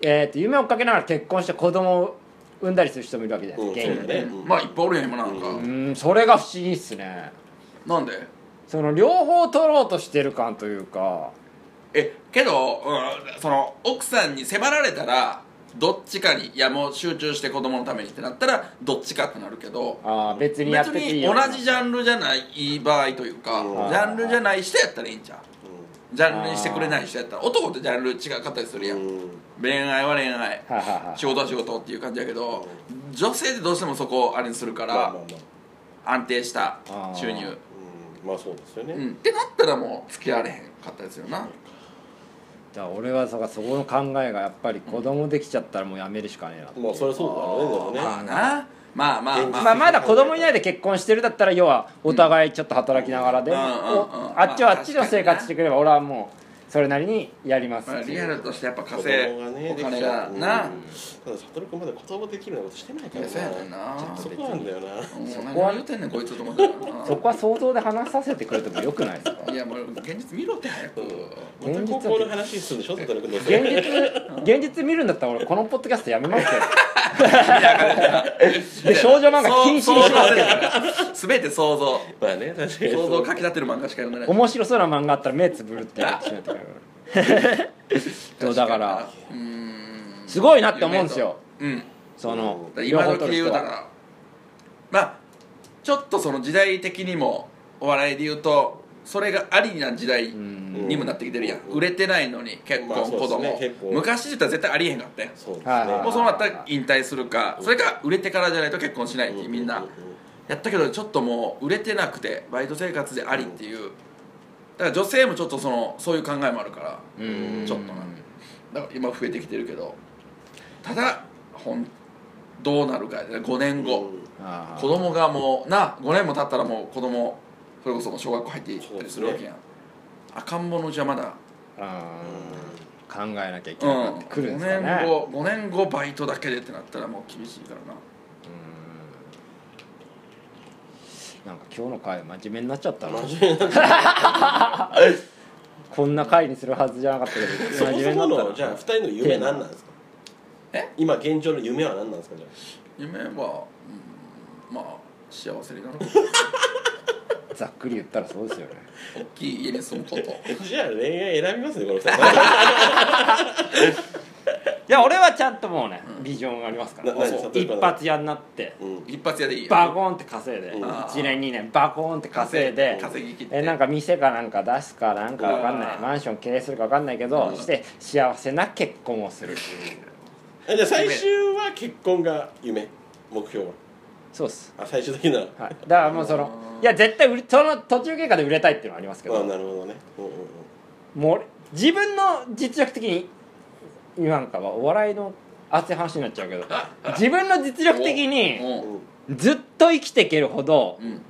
[SPEAKER 1] えー、と夢を追っかけながら結婚して子供を産んだりする人もいるわけじゃないですか、
[SPEAKER 3] う
[SPEAKER 1] 芸人
[SPEAKER 3] んそうだね
[SPEAKER 1] で
[SPEAKER 2] まあいっぱいおるやん今なん
[SPEAKER 1] う
[SPEAKER 2] か、
[SPEAKER 1] ーんそれが不思議っすね
[SPEAKER 2] なんで
[SPEAKER 1] その両方取ろうとしてる感というか
[SPEAKER 2] えけど、うん、その奥さんに迫られたらどっちかにいやもう集中して子供のためにってなったらどっちかってなるけど
[SPEAKER 1] あー別
[SPEAKER 2] 別
[SPEAKER 1] にやってていい
[SPEAKER 2] に
[SPEAKER 1] よ
[SPEAKER 2] 同じジャンルじゃない場合というか、
[SPEAKER 3] うん
[SPEAKER 2] ジャンルじゃない人やったらいいんちゃう
[SPEAKER 3] う
[SPEAKER 2] ジャンルにしてくれない人やったら男ってジャンル違かったりするやん、
[SPEAKER 3] ん
[SPEAKER 2] 恋愛は恋愛
[SPEAKER 1] はいはいはい
[SPEAKER 2] 仕事は仕事っていう感じやけど女性ってどうしてもそこをあれにするか
[SPEAKER 3] まあまあ
[SPEAKER 2] ら
[SPEAKER 3] まあ
[SPEAKER 2] 安定した収入
[SPEAKER 3] うんまあそうですよね
[SPEAKER 2] うんってなったらもう付き合われへんかったですよな
[SPEAKER 1] だから俺はそうかそこの考えがやっぱり子供できちゃったらもうやめるしかねえなと、
[SPEAKER 3] まあそれはそうだ
[SPEAKER 2] ま
[SPEAKER 3] ろ
[SPEAKER 2] あ
[SPEAKER 3] うね
[SPEAKER 2] なまあまあまあ
[SPEAKER 1] まあ、まだ子供いないで結婚してるだったら要はお互いちょっと働きながらで、
[SPEAKER 2] うんうんうんうん
[SPEAKER 1] おあっちはあっちの生活してくれば俺はもうそれなりにやります
[SPEAKER 2] まあ、
[SPEAKER 1] ってい
[SPEAKER 2] リ
[SPEAKER 1] う
[SPEAKER 2] アルとしてやっぱ稼
[SPEAKER 3] でも
[SPEAKER 2] い
[SPEAKER 3] ね子
[SPEAKER 2] お
[SPEAKER 3] 供がねでき
[SPEAKER 2] 金
[SPEAKER 3] ちゃ
[SPEAKER 2] が
[SPEAKER 3] ううん
[SPEAKER 2] な、
[SPEAKER 3] ただ悟君まだ子供できるようなことしてないから
[SPEAKER 2] いやそうやねんな
[SPEAKER 3] そこなんだよな
[SPEAKER 2] もう何を言うてんねんこいつと思ってたから
[SPEAKER 1] そこは想像で話させてくれてもよくないですか
[SPEAKER 2] ないやもう現実見ろって早く
[SPEAKER 3] また高校の話するんでしょ悟君のそ
[SPEAKER 1] 現
[SPEAKER 3] れ
[SPEAKER 1] 実現実見るんだったら俺このポッドキャストやめますよで少女漫画禁止にし
[SPEAKER 2] そう
[SPEAKER 1] ます
[SPEAKER 2] 想像せなあかん 全て想像
[SPEAKER 3] まあね確かに
[SPEAKER 2] 想像をかき立てる漫画しか読めない
[SPEAKER 1] 面白そうな漫画あったら目つぶるって言ってしまってからそうだから
[SPEAKER 2] うーん
[SPEAKER 1] すごいなって思うんですよ
[SPEAKER 2] うんだ
[SPEAKER 1] その
[SPEAKER 2] から今
[SPEAKER 1] 取
[SPEAKER 2] 時言
[SPEAKER 1] る
[SPEAKER 2] う
[SPEAKER 1] 人
[SPEAKER 2] た
[SPEAKER 1] は
[SPEAKER 2] らまあちょっとその時代的にもお笑いで言うとそれがありな時代
[SPEAKER 1] うん
[SPEAKER 2] にもなってきてるやん
[SPEAKER 3] うん
[SPEAKER 2] 売れてないのに結
[SPEAKER 3] まあ
[SPEAKER 2] 婚
[SPEAKER 3] そ
[SPEAKER 2] 子供、
[SPEAKER 3] うですね結構
[SPEAKER 2] 昔で言ったら絶対ありえへんかったやん
[SPEAKER 3] そうです
[SPEAKER 1] はいはい
[SPEAKER 3] ね
[SPEAKER 1] はい
[SPEAKER 2] もうそうなったら引退するかそれか売れてからじゃないと結婚しないってみんなやったけどちょっともう売れてなくてバイト生活でありっていうだから女性もちょっとそのそういう考えもあるから
[SPEAKER 1] うん
[SPEAKER 2] ちょっとなだから今増えてきてるけどただほんどうなるかやで5年後
[SPEAKER 1] あ
[SPEAKER 2] 子供がもうな5年も経ったらもう子供それこそもう小学校入っていったりするわけやん赤ん坊のうちはまだ
[SPEAKER 1] ーあー考えなきゃいけ
[SPEAKER 2] う
[SPEAKER 1] なんくなってくるん
[SPEAKER 2] 5
[SPEAKER 1] ですかね
[SPEAKER 2] 年後5年後バイトだけでってなったらもう厳しいからな
[SPEAKER 1] うんなんか今日の回真面目になっちゃった な
[SPEAKER 3] 真面目な
[SPEAKER 1] こんな回にするはずじゃなかったけど
[SPEAKER 3] そ
[SPEAKER 1] 真面
[SPEAKER 3] も
[SPEAKER 1] 目
[SPEAKER 3] そ
[SPEAKER 1] にな
[SPEAKER 3] も
[SPEAKER 1] った
[SPEAKER 3] の
[SPEAKER 1] な
[SPEAKER 3] じゃあ二人の夢何なんですか
[SPEAKER 2] え
[SPEAKER 3] 今現状の夢は何なんですかじ ゃあ
[SPEAKER 2] 夢は、うん、まあ幸 せになること
[SPEAKER 1] ざっくり言ったらそうですよね
[SPEAKER 2] 大きい家に住むこと
[SPEAKER 3] じゃあ恋愛選びますねこの2
[SPEAKER 1] いや俺はちゃんともうね、ビジョンありますから
[SPEAKER 3] なな
[SPEAKER 1] そう
[SPEAKER 3] 例え
[SPEAKER 1] 一
[SPEAKER 3] ば
[SPEAKER 1] 発屋になって、
[SPEAKER 3] 人うん
[SPEAKER 2] 一発屋でいいよ
[SPEAKER 1] バコーンって稼いで、
[SPEAKER 3] うん
[SPEAKER 1] 1年2年バコーンって稼いで
[SPEAKER 2] 稼ぎ切って
[SPEAKER 1] えなんか店かなんか出すかなんかわかんな
[SPEAKER 2] う
[SPEAKER 1] い
[SPEAKER 2] ん
[SPEAKER 1] マンション経営するかわかんないけど、
[SPEAKER 2] うん
[SPEAKER 1] して幸せな結婚をする
[SPEAKER 3] えじゃあ最終は結婚が夢目標は
[SPEAKER 1] そうっす、
[SPEAKER 3] あ最終的なら
[SPEAKER 1] はい、だからもうそのいや絶対売れその途中経過で売れたいっていうのはありますけ
[SPEAKER 3] まあ
[SPEAKER 1] ど
[SPEAKER 3] なるほどねうんうんうん
[SPEAKER 1] もう俺自分の実力的に今なんかはお笑いの熱い話になっちゃうけ ど自分の実力的に
[SPEAKER 2] うん
[SPEAKER 1] ずっと生きていけるほど
[SPEAKER 2] うん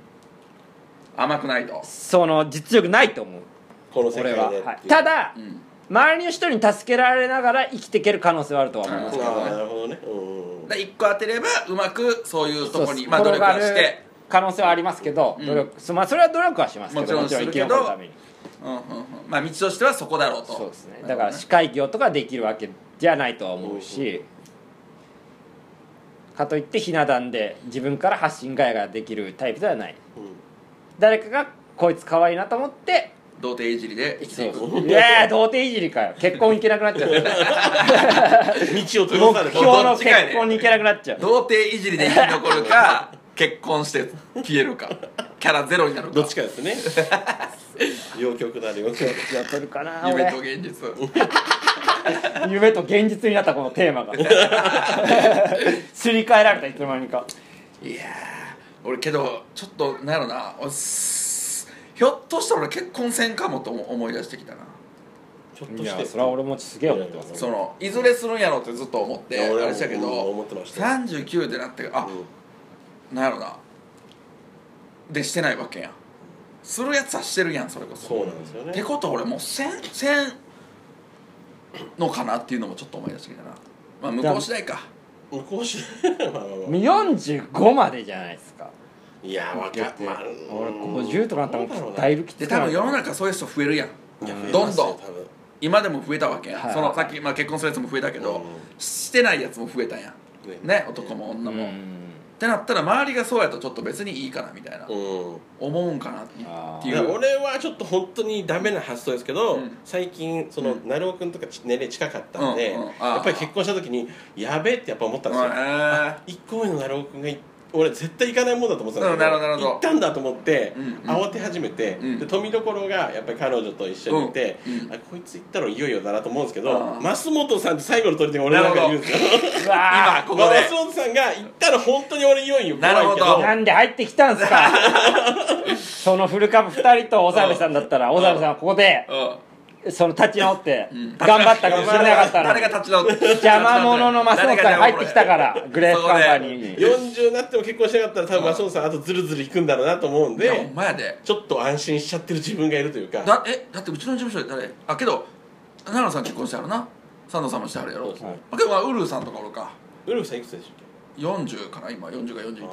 [SPEAKER 2] 甘くないと
[SPEAKER 1] その実力ないと思う
[SPEAKER 3] この世
[SPEAKER 1] 俺
[SPEAKER 3] 界で
[SPEAKER 1] は、
[SPEAKER 3] っていう
[SPEAKER 1] はいただ
[SPEAKER 2] うん
[SPEAKER 1] 周りの人に助けられながら生きていける可能性はあるとは思い
[SPEAKER 3] あ
[SPEAKER 1] ますけど
[SPEAKER 3] あなるほどねうんうん
[SPEAKER 2] だから一個当てればうまくそういうとこにまあ努
[SPEAKER 1] 転
[SPEAKER 2] 力
[SPEAKER 1] が
[SPEAKER 2] は
[SPEAKER 1] る
[SPEAKER 2] して
[SPEAKER 1] 可能性はありますけど、
[SPEAKER 2] うん
[SPEAKER 1] 努力そまあそれは努力はしますけど
[SPEAKER 2] も
[SPEAKER 1] も
[SPEAKER 2] ち
[SPEAKER 1] ち
[SPEAKER 2] ろ
[SPEAKER 1] ろ
[SPEAKER 2] ん
[SPEAKER 1] ん生
[SPEAKER 2] する
[SPEAKER 1] き
[SPEAKER 2] けど
[SPEAKER 1] 残るために
[SPEAKER 2] うんうんうんまあ道としてはそこだろうと
[SPEAKER 1] そうですねだから司会業とかできるわけじゃないとは思うし、かといってひな壇で自分から発信ガヤができるタイプではない誰かがこいつ可愛いなと思って
[SPEAKER 2] 童貞いじりで生きていく
[SPEAKER 3] そう
[SPEAKER 1] いやー童貞いじりかよ結婚行けなくなっちゃ う
[SPEAKER 3] 道を閉ざされ
[SPEAKER 1] 目
[SPEAKER 3] た
[SPEAKER 1] 標の結婚に行けなくなっちゃう
[SPEAKER 2] 童貞いじりで生き残るか結婚して消えるかキャラゼロになるか
[SPEAKER 3] どっちかですね 両極だ両極
[SPEAKER 1] じゃあ取るかな
[SPEAKER 2] 夢
[SPEAKER 1] 俺
[SPEAKER 2] と現実
[SPEAKER 1] 夢と現実になったこのテー マがすり替えられたいつの間にか
[SPEAKER 2] いやー俺けどちょっとなんやろなおっすひょっとしたら俺結婚せんかもと思思い出してきたな
[SPEAKER 3] ちょっと
[SPEAKER 1] い
[SPEAKER 3] し
[SPEAKER 1] や
[SPEAKER 3] て
[SPEAKER 1] それは俺もすげえ思ってます
[SPEAKER 2] そのいずれするんやろってずっと思って
[SPEAKER 3] いや俺も
[SPEAKER 2] あれしたけ
[SPEAKER 3] うん
[SPEAKER 2] ど
[SPEAKER 3] 思ってましたよ
[SPEAKER 2] 39でなってあ
[SPEAKER 3] うん
[SPEAKER 2] なんやろなでしてないわけやんするやつはしてるやんそれこそ
[SPEAKER 3] そうなんですよ
[SPEAKER 2] って
[SPEAKER 3] ね
[SPEAKER 2] ことは俺もうせんせんのかなっていうのもちょっと思い出してきたなまあ向こう次第か
[SPEAKER 3] 向こうし まあまあまあ
[SPEAKER 1] 45までじゃないですか
[SPEAKER 3] いやわかまあ
[SPEAKER 1] 俺50とかなったら
[SPEAKER 3] どうだろ
[SPEAKER 1] も
[SPEAKER 3] う
[SPEAKER 1] う
[SPEAKER 3] な
[SPEAKER 1] だいぶきつ
[SPEAKER 2] で
[SPEAKER 1] くな
[SPEAKER 2] 多
[SPEAKER 1] る
[SPEAKER 2] 分世の中そういう人増えるやん
[SPEAKER 3] いや増え
[SPEAKER 2] ど
[SPEAKER 3] ま
[SPEAKER 2] ん
[SPEAKER 3] すよ
[SPEAKER 2] どん
[SPEAKER 3] 多分
[SPEAKER 2] 今でも増えたわけやん、
[SPEAKER 1] はい
[SPEAKER 2] そのさっき、まあ、結婚するやつも増えたけど、
[SPEAKER 3] うん
[SPEAKER 2] してないやつも増えたやんね男も女も、ってなったら周りがそうやとちょっと別にいいかなみたいな、
[SPEAKER 3] うん
[SPEAKER 2] 思うんかなっていう
[SPEAKER 3] いや俺はちょっと本当にダメな発想ですけど、
[SPEAKER 2] うん
[SPEAKER 3] 最近その、
[SPEAKER 2] うん
[SPEAKER 3] 成尾君とかち年齢近かったんで、
[SPEAKER 2] うんうんあー
[SPEAKER 3] やっぱり結婚した時にやべえってやっぱ思ったん
[SPEAKER 2] うん
[SPEAKER 3] ですよ、
[SPEAKER 2] え
[SPEAKER 3] 一1個目の成尾君がい俺絶対行かないもんだと思ってたんで
[SPEAKER 2] うんな
[SPEAKER 3] すけ
[SPEAKER 2] るほどなるほど
[SPEAKER 3] 行ったんだと思って、
[SPEAKER 2] うんうん
[SPEAKER 3] 慌て始めて、
[SPEAKER 2] うん
[SPEAKER 3] で富所がやっぱり彼女と一緒にいて、
[SPEAKER 2] うんうん
[SPEAKER 3] あこいつ行ったらいよいよだなと思うんですけど
[SPEAKER 2] あー
[SPEAKER 3] 増本さんって最後の取り手が俺の中にいるんですよ
[SPEAKER 1] うわ
[SPEAKER 2] 今ここで
[SPEAKER 3] 増本さんが行ったら本当に俺いよいよ怖いけ
[SPEAKER 2] なる
[SPEAKER 3] ど
[SPEAKER 2] ほ
[SPEAKER 1] ー
[SPEAKER 2] ど
[SPEAKER 1] なんで入ってきたんすかその古株2人と長部さんだったら長部さんはここで
[SPEAKER 2] うん
[SPEAKER 1] その立ち直って
[SPEAKER 2] ん
[SPEAKER 1] 頑張ったかもしれなかったの
[SPEAKER 2] 誰が立ち直って
[SPEAKER 1] 邪魔者のマスオさん入ってきたからグレープカンパニーに
[SPEAKER 3] 40になっても結婚しなかったら多分松本さんあとずるずる行くんだろうなと思うん
[SPEAKER 2] でほ
[SPEAKER 3] で
[SPEAKER 2] んまやで
[SPEAKER 3] ちょっと安心しちゃってる自分がいるというか
[SPEAKER 2] だえだってうちの事務所で誰あけど奈良さん結婚してはるな佐野さんもしてはるやろ、
[SPEAKER 3] そうですね
[SPEAKER 2] あけどまあウルフさんとかおるか
[SPEAKER 3] ウルフさんいくつでしたっ
[SPEAKER 2] 40かな今40か
[SPEAKER 3] け
[SPEAKER 2] 41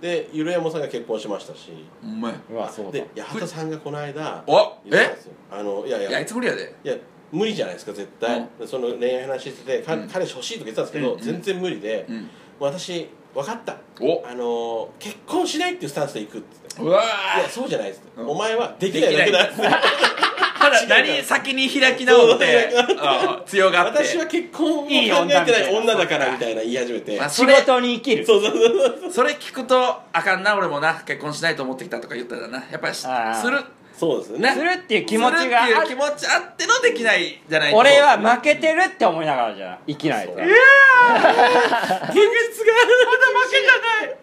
[SPEAKER 3] でゆるやもさんが結婚しましたし
[SPEAKER 2] お前
[SPEAKER 1] うわそうだ
[SPEAKER 3] で八幡さんがこの間
[SPEAKER 2] お
[SPEAKER 3] 言ったん
[SPEAKER 2] え
[SPEAKER 3] ですよあのいやいや
[SPEAKER 2] いやいつぶりやで
[SPEAKER 3] いや無理じゃないですか絶対、その恋愛話しててか
[SPEAKER 2] うん
[SPEAKER 3] 彼氏欲しいとか言ってたんですけど、
[SPEAKER 2] うん
[SPEAKER 3] 全然無理で、
[SPEAKER 2] うん
[SPEAKER 3] 私分かった
[SPEAKER 2] お
[SPEAKER 3] あの結婚しないっていうスタンスで行くっつって
[SPEAKER 2] うわ
[SPEAKER 3] いやそうじゃないっつって、
[SPEAKER 2] うん
[SPEAKER 3] お前はできないだけだっつって
[SPEAKER 2] ただ何先に開き直ってうん強がって
[SPEAKER 3] 私は結婚を考
[SPEAKER 1] い
[SPEAKER 3] え
[SPEAKER 1] い
[SPEAKER 3] て
[SPEAKER 1] 女みたいな
[SPEAKER 3] ない女だからみたいな言い始めて
[SPEAKER 2] まあ
[SPEAKER 1] 仕事に生きる
[SPEAKER 3] そうそうそうそう
[SPEAKER 2] それ聞くとあかんな俺もな結婚しないと思ってきたとか言ったらなやっぱりしす
[SPEAKER 1] あー
[SPEAKER 2] る
[SPEAKER 3] そうですよ
[SPEAKER 2] ね
[SPEAKER 3] ね
[SPEAKER 1] するっていう気持ちがあ
[SPEAKER 2] するっていう気持ちあってのできないじゃない
[SPEAKER 1] 俺は負けてるって思いながらじゃ生きないと
[SPEAKER 3] そう
[SPEAKER 2] 現実がまだ負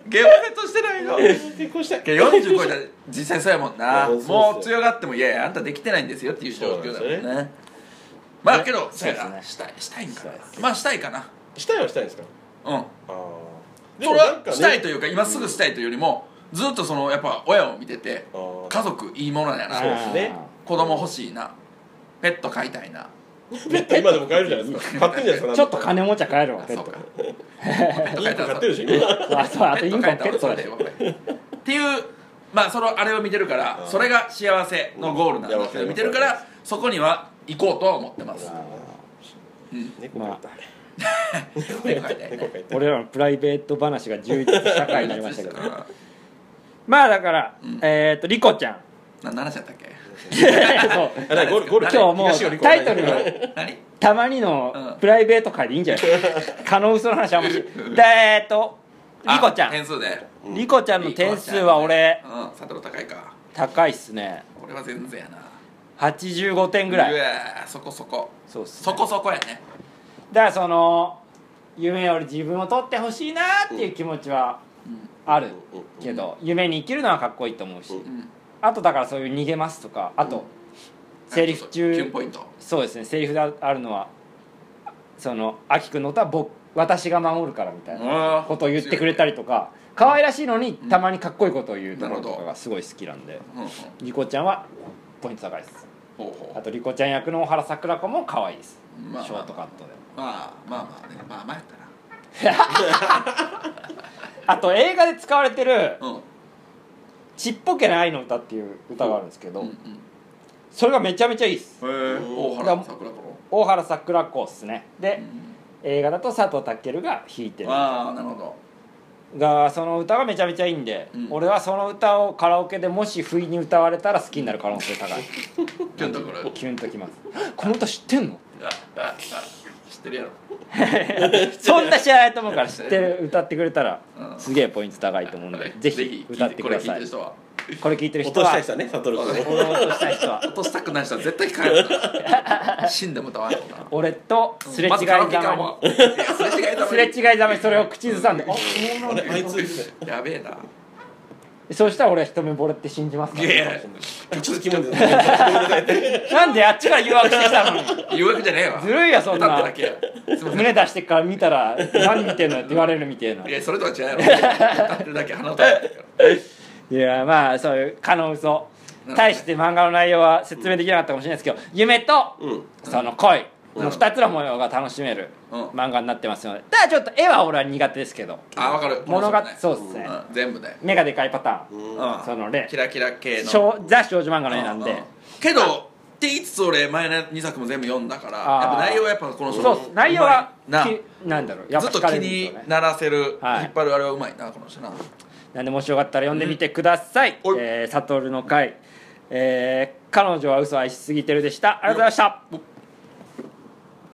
[SPEAKER 2] けじゃない現実としてないの
[SPEAKER 3] 結婚したい
[SPEAKER 2] 40超えたら実際そうやもん
[SPEAKER 3] いや
[SPEAKER 2] な
[SPEAKER 3] そうっすよ
[SPEAKER 2] もう強がってもいやいやあんたできてないんですよっていう状況だも
[SPEAKER 3] そうなんで
[SPEAKER 2] んねまあけどそうや
[SPEAKER 1] そう
[SPEAKER 2] な
[SPEAKER 1] です
[SPEAKER 2] したいしたいんかな
[SPEAKER 1] そうで
[SPEAKER 2] まあしたいかな
[SPEAKER 3] したいはしたいんですか
[SPEAKER 2] うん
[SPEAKER 3] ああ
[SPEAKER 2] それはしたいというか今すぐ
[SPEAKER 3] そ
[SPEAKER 2] したいというよりもずっとそのやっぱ親を見てて
[SPEAKER 3] あー
[SPEAKER 2] 家族いいものや
[SPEAKER 1] あ
[SPEAKER 2] な
[SPEAKER 1] ー
[SPEAKER 3] そうですね
[SPEAKER 2] 子供欲しいなペット飼いたいな
[SPEAKER 3] うペット今でも買えるじゃないですか買ってんじゃないですか
[SPEAKER 1] ちょっと金持ちは帰るわ
[SPEAKER 2] あ
[SPEAKER 1] ペ
[SPEAKER 2] そ
[SPEAKER 1] ッ
[SPEAKER 2] う
[SPEAKER 1] ト
[SPEAKER 2] か
[SPEAKER 3] いい子買ってるでしょ今
[SPEAKER 1] あそうあとインコ
[SPEAKER 2] ペ
[SPEAKER 1] ペ
[SPEAKER 2] ット飼え
[SPEAKER 1] ッ
[SPEAKER 2] た
[SPEAKER 1] トだ
[SPEAKER 2] らそれ
[SPEAKER 1] し
[SPEAKER 2] で分かるっていうまあそのあれを見てるから
[SPEAKER 3] あー
[SPEAKER 2] それが幸せのゴールなんだけど
[SPEAKER 3] うん
[SPEAKER 2] 見てるからそこには行こうとは思ってます
[SPEAKER 3] 猫飼った
[SPEAKER 2] 猫飼いたい
[SPEAKER 3] 猫
[SPEAKER 2] ね
[SPEAKER 3] 飼いたい
[SPEAKER 1] 俺らのプライベート話が充実した回になりました けど
[SPEAKER 2] な
[SPEAKER 1] まあだから、
[SPEAKER 2] うん
[SPEAKER 1] えーっとリコちゃん
[SPEAKER 2] 何話やったっけ
[SPEAKER 1] そう
[SPEAKER 3] あだからゴルゴル
[SPEAKER 1] 今日も
[SPEAKER 3] 東より
[SPEAKER 1] う
[SPEAKER 3] こな
[SPEAKER 1] タ
[SPEAKER 3] い
[SPEAKER 1] イトルの
[SPEAKER 2] 何
[SPEAKER 1] たまにの
[SPEAKER 2] うん
[SPEAKER 1] プライベート会でいいんじゃないですか可能嘘の話はあんましでえーっと
[SPEAKER 2] あ
[SPEAKER 1] リコちゃん
[SPEAKER 2] 点数で
[SPEAKER 3] うん
[SPEAKER 1] リコちゃんの点数は俺
[SPEAKER 2] うん佐藤高いか
[SPEAKER 1] 高いっすね
[SPEAKER 2] 俺は全然やな
[SPEAKER 1] 85点ぐら
[SPEAKER 2] うわ
[SPEAKER 1] い
[SPEAKER 2] ーそこそこ
[SPEAKER 1] そうっす
[SPEAKER 2] そこそこやね
[SPEAKER 1] だからその夢より自分を取ってほしいなーっていう気持ちはある
[SPEAKER 3] うん
[SPEAKER 1] けど夢に生きるのはかっこいいと思うし
[SPEAKER 3] うん
[SPEAKER 2] うん
[SPEAKER 1] あとだからそういう逃げますとかあとセリフ
[SPEAKER 2] キュン
[SPEAKER 1] 中
[SPEAKER 2] ポイント
[SPEAKER 1] そうですねセリフであるのはそのあきくんの歌は僕私が守るからみたいなことを言ってくれたりとか可愛らしいのにたまにかっこいいことを言うところとかがすごい好きなんで
[SPEAKER 2] うんうんほ
[SPEAKER 1] リコちゃんはポイント高いです
[SPEAKER 2] うほ
[SPEAKER 1] あとリコちゃん役の小原さくら子も可愛いです
[SPEAKER 2] うまあ
[SPEAKER 1] ショートカットで
[SPEAKER 2] まあまあまあねまあ前やったな
[SPEAKER 1] あと映画で使われてる
[SPEAKER 2] うん
[SPEAKER 1] 「ちっぽけな愛の歌」っていう歌があるんですけど、
[SPEAKER 2] うんうん
[SPEAKER 1] それがめちゃめちゃいいっす
[SPEAKER 2] へえ大原桜子の
[SPEAKER 1] 大原桜子っすね
[SPEAKER 2] う
[SPEAKER 1] で、
[SPEAKER 2] ん
[SPEAKER 1] 映画だと佐藤健が弾いてる
[SPEAKER 2] ああなるほど
[SPEAKER 1] がその歌がめちゃめちゃいいんで、
[SPEAKER 2] うん
[SPEAKER 1] 俺はその歌をカラオケでもし不意に歌われたら好きになる可能性高い
[SPEAKER 2] ケンタこれ
[SPEAKER 1] キュンときますこの歌知ってんの
[SPEAKER 2] 知ってるやろ
[SPEAKER 1] そんな知らないと思うから知ってる歌ってくれたら
[SPEAKER 2] うん
[SPEAKER 1] すげえポイント高いと思うんでぜひ歌ってください
[SPEAKER 2] これ聞いてる人
[SPEAKER 1] これ聞いてる人
[SPEAKER 2] は
[SPEAKER 3] 落と
[SPEAKER 1] は
[SPEAKER 3] したい人はね悟君
[SPEAKER 2] そう
[SPEAKER 3] ね
[SPEAKER 2] だ
[SPEAKER 1] これ落としたい人は
[SPEAKER 2] 落としたくない人は絶対聞かないから死んでも歌わないから
[SPEAKER 1] 俺とすれ違いざ
[SPEAKER 2] まずカラ
[SPEAKER 1] ま
[SPEAKER 2] オケかもいやすれ違
[SPEAKER 1] に
[SPEAKER 2] いざまに
[SPEAKER 1] すれ違いざまにそれを口ずさんであそうなん
[SPEAKER 3] あ
[SPEAKER 1] だ
[SPEAKER 3] れあいつですね
[SPEAKER 2] やべえな
[SPEAKER 1] そうしたら俺は一目惚れって信じますか
[SPEAKER 2] いやいや
[SPEAKER 3] ちょっとキモいんですね
[SPEAKER 1] らなんであっちから誘惑してきたのに
[SPEAKER 2] 誘惑じゃねえわ
[SPEAKER 1] ずるいよそんな
[SPEAKER 2] 歌っただけやすいません
[SPEAKER 1] 胸出してっから見たら何見てんのって言われるみたいない
[SPEAKER 2] やそれとは違うやろ歌ってるだけ 鼻歌ってるから
[SPEAKER 1] いやまあそういう可能嘘
[SPEAKER 2] うん
[SPEAKER 1] 対して漫画の内容は説明できなかったかもしれないですけど夢と
[SPEAKER 3] うん
[SPEAKER 1] その恋
[SPEAKER 2] うん
[SPEAKER 1] の2つの模様が楽しめる
[SPEAKER 2] うん
[SPEAKER 1] 漫画になってますのでただちょっと絵は俺は苦手ですけど
[SPEAKER 2] あわかる
[SPEAKER 1] 物語
[SPEAKER 2] う
[SPEAKER 1] そうですね
[SPEAKER 2] ん全部ね
[SPEAKER 1] 目がでかいパターン
[SPEAKER 3] うん
[SPEAKER 2] うん
[SPEAKER 1] そのね
[SPEAKER 2] キラキラ系の
[SPEAKER 1] 少ザ少女漫画の絵なん
[SPEAKER 2] う
[SPEAKER 1] で
[SPEAKER 2] うけどって言いつつ俺前の2作も全部読んだから
[SPEAKER 1] あー
[SPEAKER 2] やっぱ内容はやっぱこの人
[SPEAKER 1] そうっす内容は
[SPEAKER 2] うまいな
[SPEAKER 1] きなんだろうやっぱ
[SPEAKER 2] ずっと
[SPEAKER 1] 惹か
[SPEAKER 2] 気
[SPEAKER 1] れるんです
[SPEAKER 2] に
[SPEAKER 1] よね
[SPEAKER 2] ならせる、
[SPEAKER 1] はい
[SPEAKER 2] 引っ張るあれはうまいなこの人な
[SPEAKER 1] なんでもしよかったら読んでみてください
[SPEAKER 2] うんおい
[SPEAKER 1] えー「悟の会」えー「彼女は嘘を愛しすぎてる」でしたありがとうございました
[SPEAKER 2] お